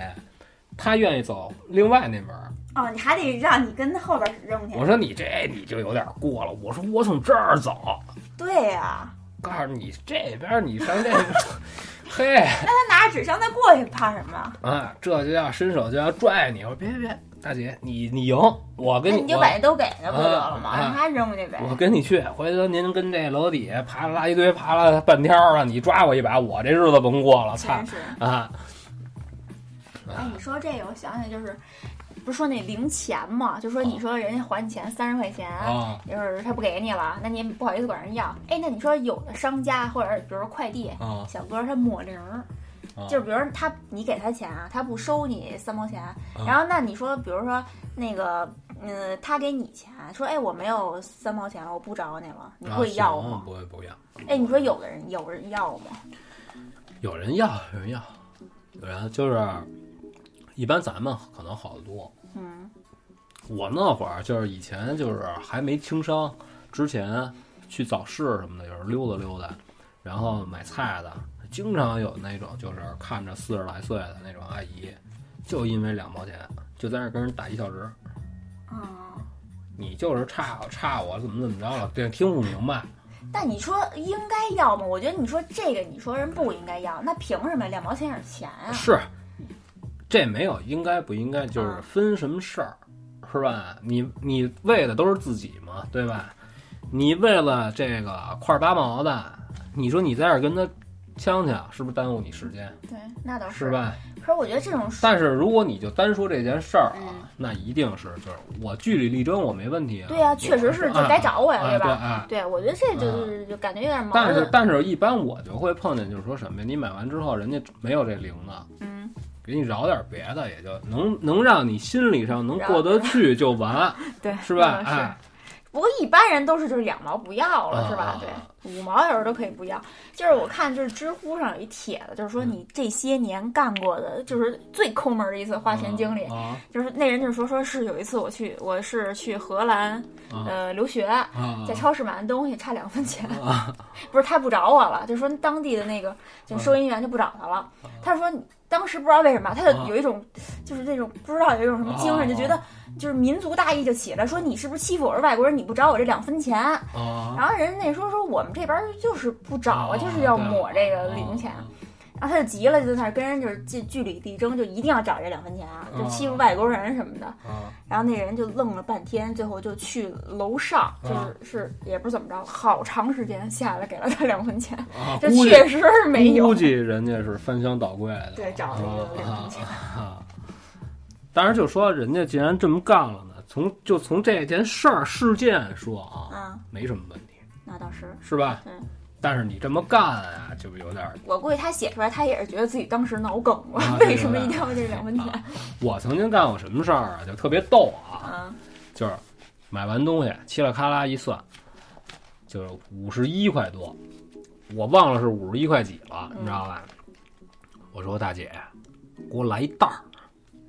A: 他愿意走另外那门儿。
B: 哦，你还得让你跟后边扔去
A: 我。说你这你就有点过了，我说我从这儿走，
B: 对呀，
A: 告诉你这边儿你上这边儿， 嘿。
B: 那他拿着纸箱再过去怕什么？
A: 啊，这就要伸手就要拽你，我说别别别，大姐你你赢，我
B: 那
A: 跟
B: 你就
A: 我
B: 把这都给他不就得了吗？
A: 啊
B: 让他扔去呗。
A: 我跟你去，回头您跟这楼底下爬了垃圾堆爬了半天了，你抓我一把，我这日子甭过了，操
B: 真是，
A: 啊！
B: 哎，你说这个，我想想就是，不是说那零钱嘛，就说
A: 哦
B: 你说人家还你钱三十块钱。
A: 啊
B: 就是他不给你了，那你也不好意思管人要。哎，那你说有的商家或者比如说快递
A: 啊
B: 小哥他抹零儿，
A: 啊！
B: 就是比如说他你给他钱啊，他不收你三毛钱，
A: 哦
B: 然后那你说比如说那个嗯、他给你钱，说哎我没有三毛钱了，我不找你了，你
A: 啊
B: 会要
A: 行
B: 吗？
A: 不会不要，
B: 哎，你说有的人有人要吗？
A: 有人要有人要，有人就是一般咱们可能好得多。
B: 嗯
A: 我那会儿就是以前就是还没轻伤之前，去早市什么的，有时候溜达溜达，然后买菜的，经常有那种就是看着四十来岁的那种阿姨，就因为两毛钱就在那儿跟人打一小时，
B: 嗯，
A: 你就是差差我怎么怎么着了，对，听不明白。
B: 但你说应该要吗？我觉得你说这个，你说人不应该要，那凭什么呀？两毛钱也是钱啊。
A: 是，这没有应该不应该，
B: 啊
A: 就是分什么事儿，是吧？你你为的都是自己嘛，对吧？你为了这个块八毛的，你说你在这儿跟他呛呛，是不是耽误你时间，
B: 对，那倒
A: 是吧？
B: 可是我觉得这种
A: 但是如果你就单说这件事儿
B: 嗯
A: 啊，那一定是就是我据理力争，我没问题啊。
B: 对呀、
A: 我
B: 确实是
A: 啊
B: 就该找我呀，
A: 啊
B: 对
A: 对
B: 吧？嗯
A: 啊。
B: 对，我觉得这就是就感觉有点矛
A: 但是
B: 盾。
A: 但是，一般我就会碰见，就是说什么呀？你买完之后，人家没有这零的，
B: 嗯，
A: 给你饶点别的，也就能能让你心理上能
B: 饶
A: 过得去就 完，
B: 对，
A: 是吧？
B: 那倒是。
A: 哎，
B: 不过一般人都是就是两毛不要了，是吧
A: 啊？
B: 对，五毛有时候都可以不要。就是我看就是知乎上有一帖子，就是说你这些年干过的，就是最抠门儿的一次花钱经历，
A: 啊
B: 就是那人就说说是有一次我去我是去荷兰
A: 啊
B: 呃留学，
A: 啊
B: 在超市买完东西差两分钱， 不是他不找我了，就说当地的那个就
A: 啊
B: 收银员就不找他了。他说当时不知道为什么，他就
A: 啊
B: 有一种就是那种不知道有一种什么精
A: 啊
B: 神，就觉得就是民族大义就起来，说你是不是欺负我是外国人，你不找我这两分钱？
A: 啊，
B: 然后人家那时候说我们这边就是不找啊，
A: 啊
B: 就是要抹这个零钱。
A: 啊
B: 然后他就急了，就在那儿跟人就是据据理力争，就一定要找这两分钱啊，就欺负
A: 啊
B: 外国人什么的。
A: 啊啊
B: 然后那人就愣了半天，最后就去楼上，就是、
A: 啊
B: 是也不是怎么着，好长时间下来给了他两分钱，
A: 啊，
B: 这
A: 估计
B: 确实是没有
A: 估。计人家是翻箱倒柜的，
B: 对找了一个两分钱
A: 啊啊啊当然就说人家既然这么干了呢，从就从这件事儿事件说啊，
B: 啊，
A: 没什么问题，
B: 那倒是，
A: 是吧？
B: 对
A: 但是你这么干啊，就有点儿
B: 我估计他写出来，他也是觉得自己当时脑梗了，
A: 啊
B: 为什么一定要这两分钱？
A: 啊我曾经干过什么事儿啊？就特别逗啊，
B: 啊
A: 就是买完东西，嘁啦咔啦一算，就是五十一块多，我忘了是五十一块几了，你知道吧？我说大姐，给我来一袋儿。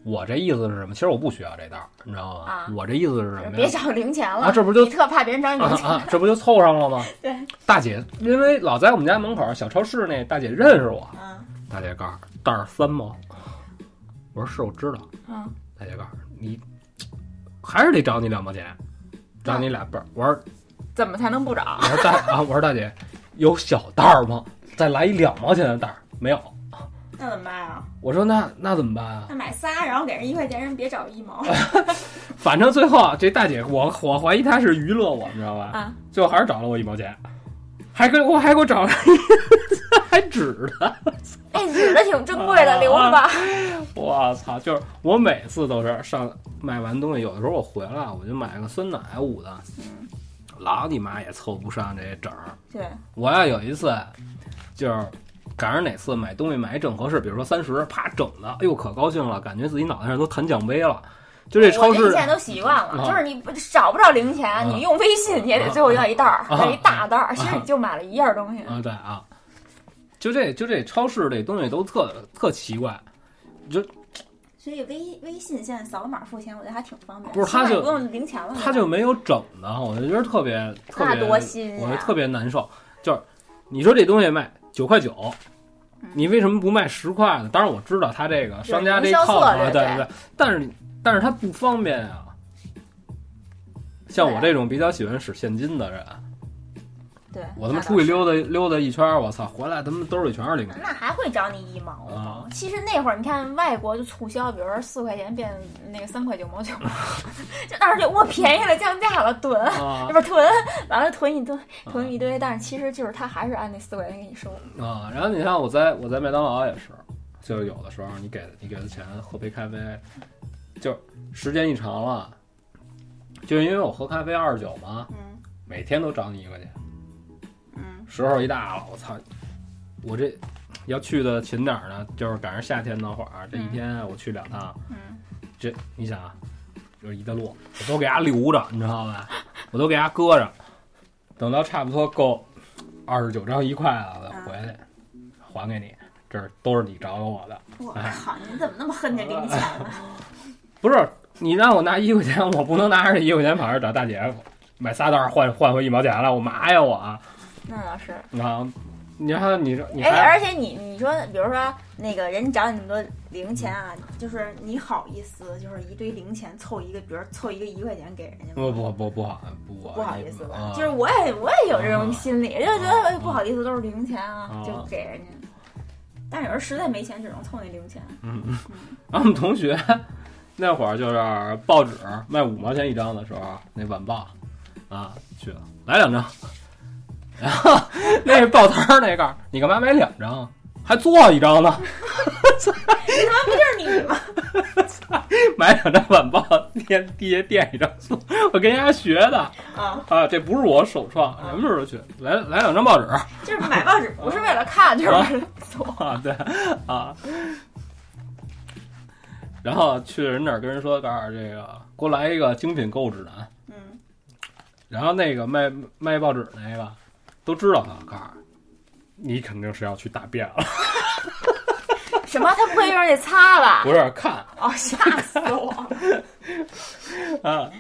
A: 我这意思是什么？其实我不需要这袋儿，你知道吗？
B: 啊
A: 我这意思是什么
B: 别
A: 呀？
B: 找零钱了，
A: 啊这不就
B: 你特怕别人找你
A: 啊
B: 零钱？
A: 啊，这不就凑上了吗？
B: 对，
A: 大姐，因为老在我们家门口小超市那大姐认识我，
B: 啊
A: 大姐告诉我袋儿三毛，我说是，我知道。
B: 啊
A: 大姐告诉我你，还是得找你两毛钱，找你俩半儿。我说
B: 怎么才能不找
A: 我？说大啊，我说大姐，有小袋儿吗？再来一两毛钱的袋儿，没有。
B: 那怎么办啊？
A: 我说那那怎么办啊？
B: 那买仨，然后给人一块钱，人别找一毛。
A: 反正最后啊这大姐，我我怀疑她是娱乐我，你知道吧？
B: 啊
A: 最后还是找了我一毛钱，还给我还给我找了一，还指着。
B: 哎，纸的挺珍贵
A: 啊
B: 的，留着吧。
A: 我操！就是我每次都是上买完东西，有的时候我回来啊我就买个酸奶啊捂的，老你妈也凑不上这些整儿。
B: 对，
A: 我要有一次，就是赶上哪次买东西买正合适，比如说三十，啪整的，哎呦可高兴了，感觉自己脑袋上都弹奖杯了。就这超
B: 哎我觉得
A: 市
B: 你现在都习惯了，
A: 啊
B: 就是你不找不着零钱，
A: 啊
B: 你用微信你也得最后要一袋儿，
A: 啊
B: 要一大袋儿。其实
A: 啊
B: 你就买了一样东西，
A: 啊，对啊，就这就这超市这东西都特特奇怪，
B: 所以微微信现在扫码付钱，我觉得还挺方便。
A: 不是
B: 起码
A: 他就
B: 也不用零钱了，
A: 它就没有整的，我就觉得特别特
B: 那
A: 别
B: 多新啊
A: 我
B: 呀
A: 就特别难受。就是你说这东西卖九块九，
B: 嗯
A: 你为什么不卖十块呢？当然我知道他这个商家这套
B: 营销
A: 啊，
B: 策略
A: 对
B: 对
A: 对，但是但是他不方便啊。像我这种比较喜欢使现金的人，
B: 对。
A: 我他妈出去溜达溜达一圈儿，我操，回来他妈兜里全是零
B: 那
A: 钱
B: 倒 是，那还会找你一毛
A: 啊
B: 其实那会儿你看外国就促销，比如说四块钱变那个三块九毛 九，就当时就我便宜了，降价了，囤。
A: 啊
B: 不是囤，完了囤一堆，囤一堆，但是其实就是他还是按那四块钱给你收。
A: 啊！然后你看我在我在麦当劳也是，就是有的时候你给你给他钱喝杯咖啡，就时间一长了，就是因为我喝咖啡二十九嘛，
B: 嗯
A: 每天都找你一块钱，
B: 嗯，
A: 时候一大了，我操，我这要去的勤点儿呢，就是赶上夏天那会儿，这一天啊我去两趟，
B: 嗯
A: 这你想啊，就是一大路，我都给它留着，你知道吧？我都给它搁着，等到差不多够二十九张一块了，我再回来还给你。这儿都是你找给我的，
B: 我
A: 哎
B: 靠，你怎么那么恨这零钱呢？
A: 不是你让我拿一块钱，我不能拿着这一块钱跑这儿找大姐买仨袋儿换换回一毛钱来，我麻呀我啊！
B: 那倒是，
A: 啊，你看你这 你
B: 哎，
A: 还
B: 而且你你说，比如说那个人找你那么多零钱啊，
A: 嗯
B: 就是你好意思，就是一堆零钱凑一个，比如凑一个一块钱给人家吗？
A: 不不不不好不
B: 不好意思吧，
A: 啊
B: 就是我也我也有这种心理，就觉得哎不好意思都是零钱
A: 啊
B: 啊，就给人家。但有人实在没钱，只能凑那零 钱。
A: 嗯，然后我们同学 那会儿就是报纸卖五毛钱一张的时候，那晚报啊去了来两张， 然 后那报摊儿那个你干嘛买两张？啊还做一张呢，
B: 这是你吗？
A: 买两张晚报垫地下垫一张做，我跟人家学的
B: 啊，
A: 啊，这不是我首创，什么时候去来来两张报纸
B: 就是买报纸不是为了看，就是为了做。
A: 啊？对啊，然后去人那儿跟人说，告诉这个给我来一个精品购物指南，
B: 嗯，
A: 然后那个卖卖报纸那个都知道他，告诉你你肯定是要去大便了，
B: 什么？他不会用那擦吧？
A: 不是看
B: 哦，吓死我！了。
A: 啊，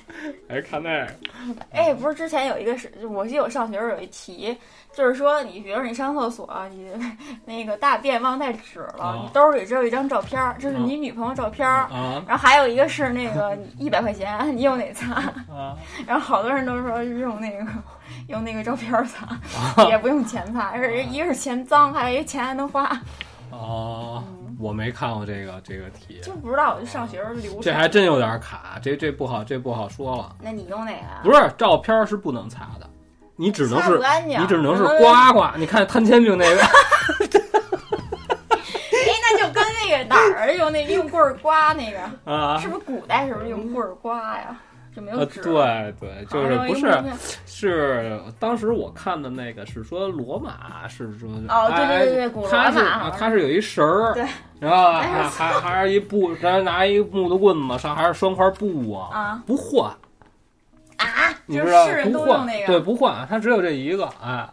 A: 还是看那个嗯
B: 哎，不是之前有一个是，我记得我上学时候有一题，就是说你比如你上厕所，你 那个大便忘带纸了，
A: 啊
B: 你兜里只有一张照片儿，这是你女朋友照片儿。
A: 啊
B: 然后还有一个是那 个一百块钱，你用哪擦？
A: 啊，
B: 然后好多人都说用那个用那个照片儿擦，
A: 啊
B: 也不用钱擦，是一个是嫌脏，还有一个钱还能花，
A: 哦，我没看过这个这个题，
B: 就不知道我就上学时候流
A: 这
B: 程。
A: 还真有点卡，这这不好，这不好说了。
B: 那你用哪个啊？
A: 不是照片是不能擦的，你只能
B: 擦不
A: 是
B: 干净，嗯
A: 你只能是
B: 然后
A: 刮刮。你看潘千明那 个，
B: 哎，那就跟那个哪儿用那用棍儿刮那个。
A: 啊
B: 是，不是古代是不是用棍儿刮呀？就没有
A: 呃，
B: 纸。啊
A: 对对，
B: 好
A: 就
B: 像
C: 啊
A: 是
B: 用一
A: 不
B: 个
A: 是
B: 棍儿
A: 是当时我看的那个是说罗马是说
B: 哦对对对对
A: 哎
B: 古罗马
A: 它是
B: 好像
A: 啊它是有一绳儿，
B: 对，
A: 然后还
B: 哎
A: 还还是一布，然后拿一木头棍子，上还是双块布啊，
B: 啊
A: 不换，
B: 啊，
A: 你
B: 就
A: 知
B: 是
A: 道
B: 世人
A: 不
B: 都用
A: 换
B: 那，
A: 对，
B: 个。
A: 不换，它只有这一个，哎，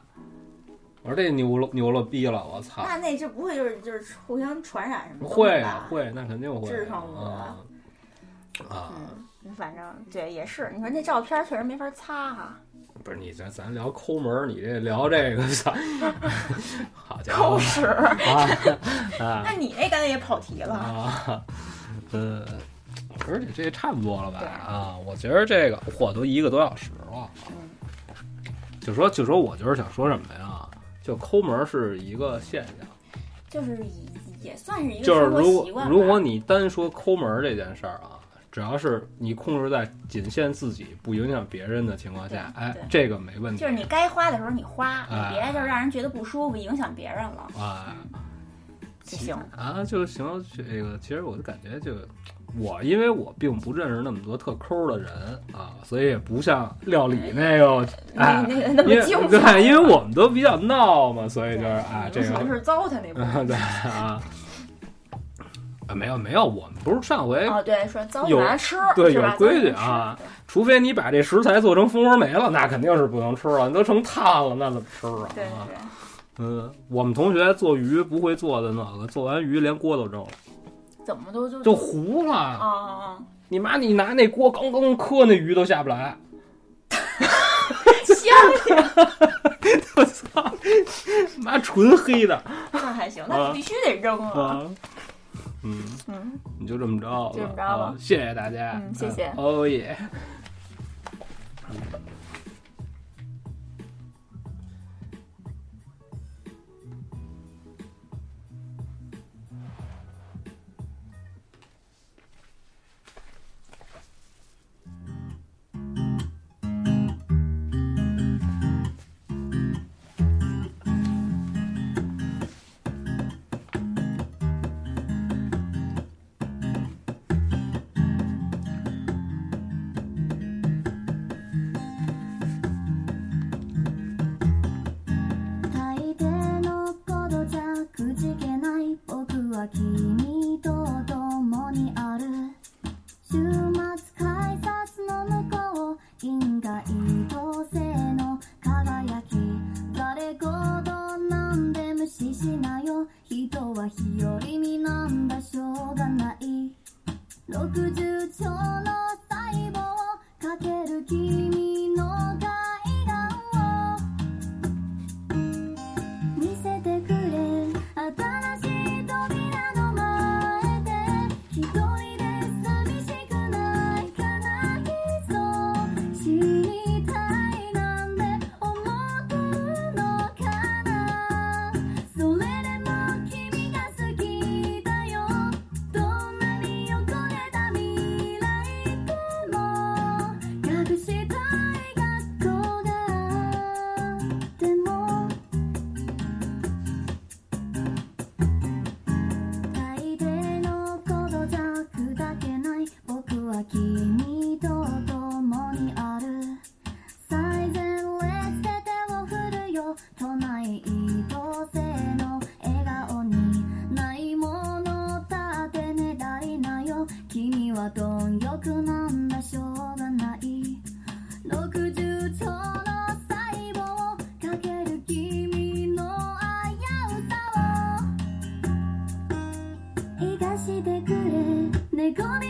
A: 我说这牛了牛了逼了，我操，
C: 那那这不会就是就是互相传染什么的吧？
A: 会啊会，那肯定会
C: 至少我
A: 啊啊，
B: 嗯，反正对也是，你说那照片确实没法擦哈、
A: 啊不是你咱咱聊抠门儿，你这聊这个操，好家伙
B: 抠屎。
A: 啊啊！
C: 那你那刚才也跑题了。
A: 啊，呃，而且这也差不多了吧？啊，我觉得这个嚯都一个多小时了。
C: 嗯
A: 就说就说，我就是想说什么呀？就抠门儿是一个现象，
C: 就是以也算是一个
A: 就是
C: 生
A: 如
C: 活
A: 果
C: 习惯吧。
A: 如果你单说抠门儿这件事儿啊，只要是你控制在仅限自己不影响别人的情况下，
C: 对
A: 哎
C: 对，
A: 这个没问题。
C: 就是你该花的时候你花，
A: 哎
C: 你别就是让人觉得不舒服，影响别人了
A: 啊，
C: 就行。
A: 啊，就行。这个其实我就感觉就我，因为我并不认识那么多特抠的人啊，所以也不像料理那个哎，
B: 那 个那
A: 因
B: 么
A: 为
B: 精彩，
A: 对，因为我们都比较闹嘛，所以就是啊，这
B: 你
A: 个
B: 们 是糟蹋那部分。
A: 对啊。啊，没有没有，我们不是上回，
B: 哦，对，说糟
A: 哎有
B: 蹋完吃，
A: 对
B: 是吧
A: 有规矩啊。
B: 糟蹋完吃
A: 除非你把这食材做成蜂窝煤了，那肯定是不能吃了，你都成炭了，那怎么吃啊？
B: 对对
A: 啊
B: 对对，
A: 嗯，我们同学做鱼不会做的那个，做完鱼连锅都扔了，
B: 怎么都就
A: 就糊了。
B: 啊啊
A: 你妈！你拿那锅刚刚磕那鱼都下不来，
B: 哦香，
A: 我操！妈纯黑的
B: 那还行，
A: 啊
B: 那必须得扔啊。
A: 啊！嗯，
B: 嗯，
A: 你就这么着吧，
B: 就这么着吧
A: 啊谢谢大家，
B: 嗯谢谢
A: 啊哦耶！
D: 大抵のことじゃくじけない僕は君と共にある週末改札の向こう銀河移動星の輝き誰ごとなんで無視しなよ人は日和見なんだしょうがない60兆の細胞かける君の階段を見せて込み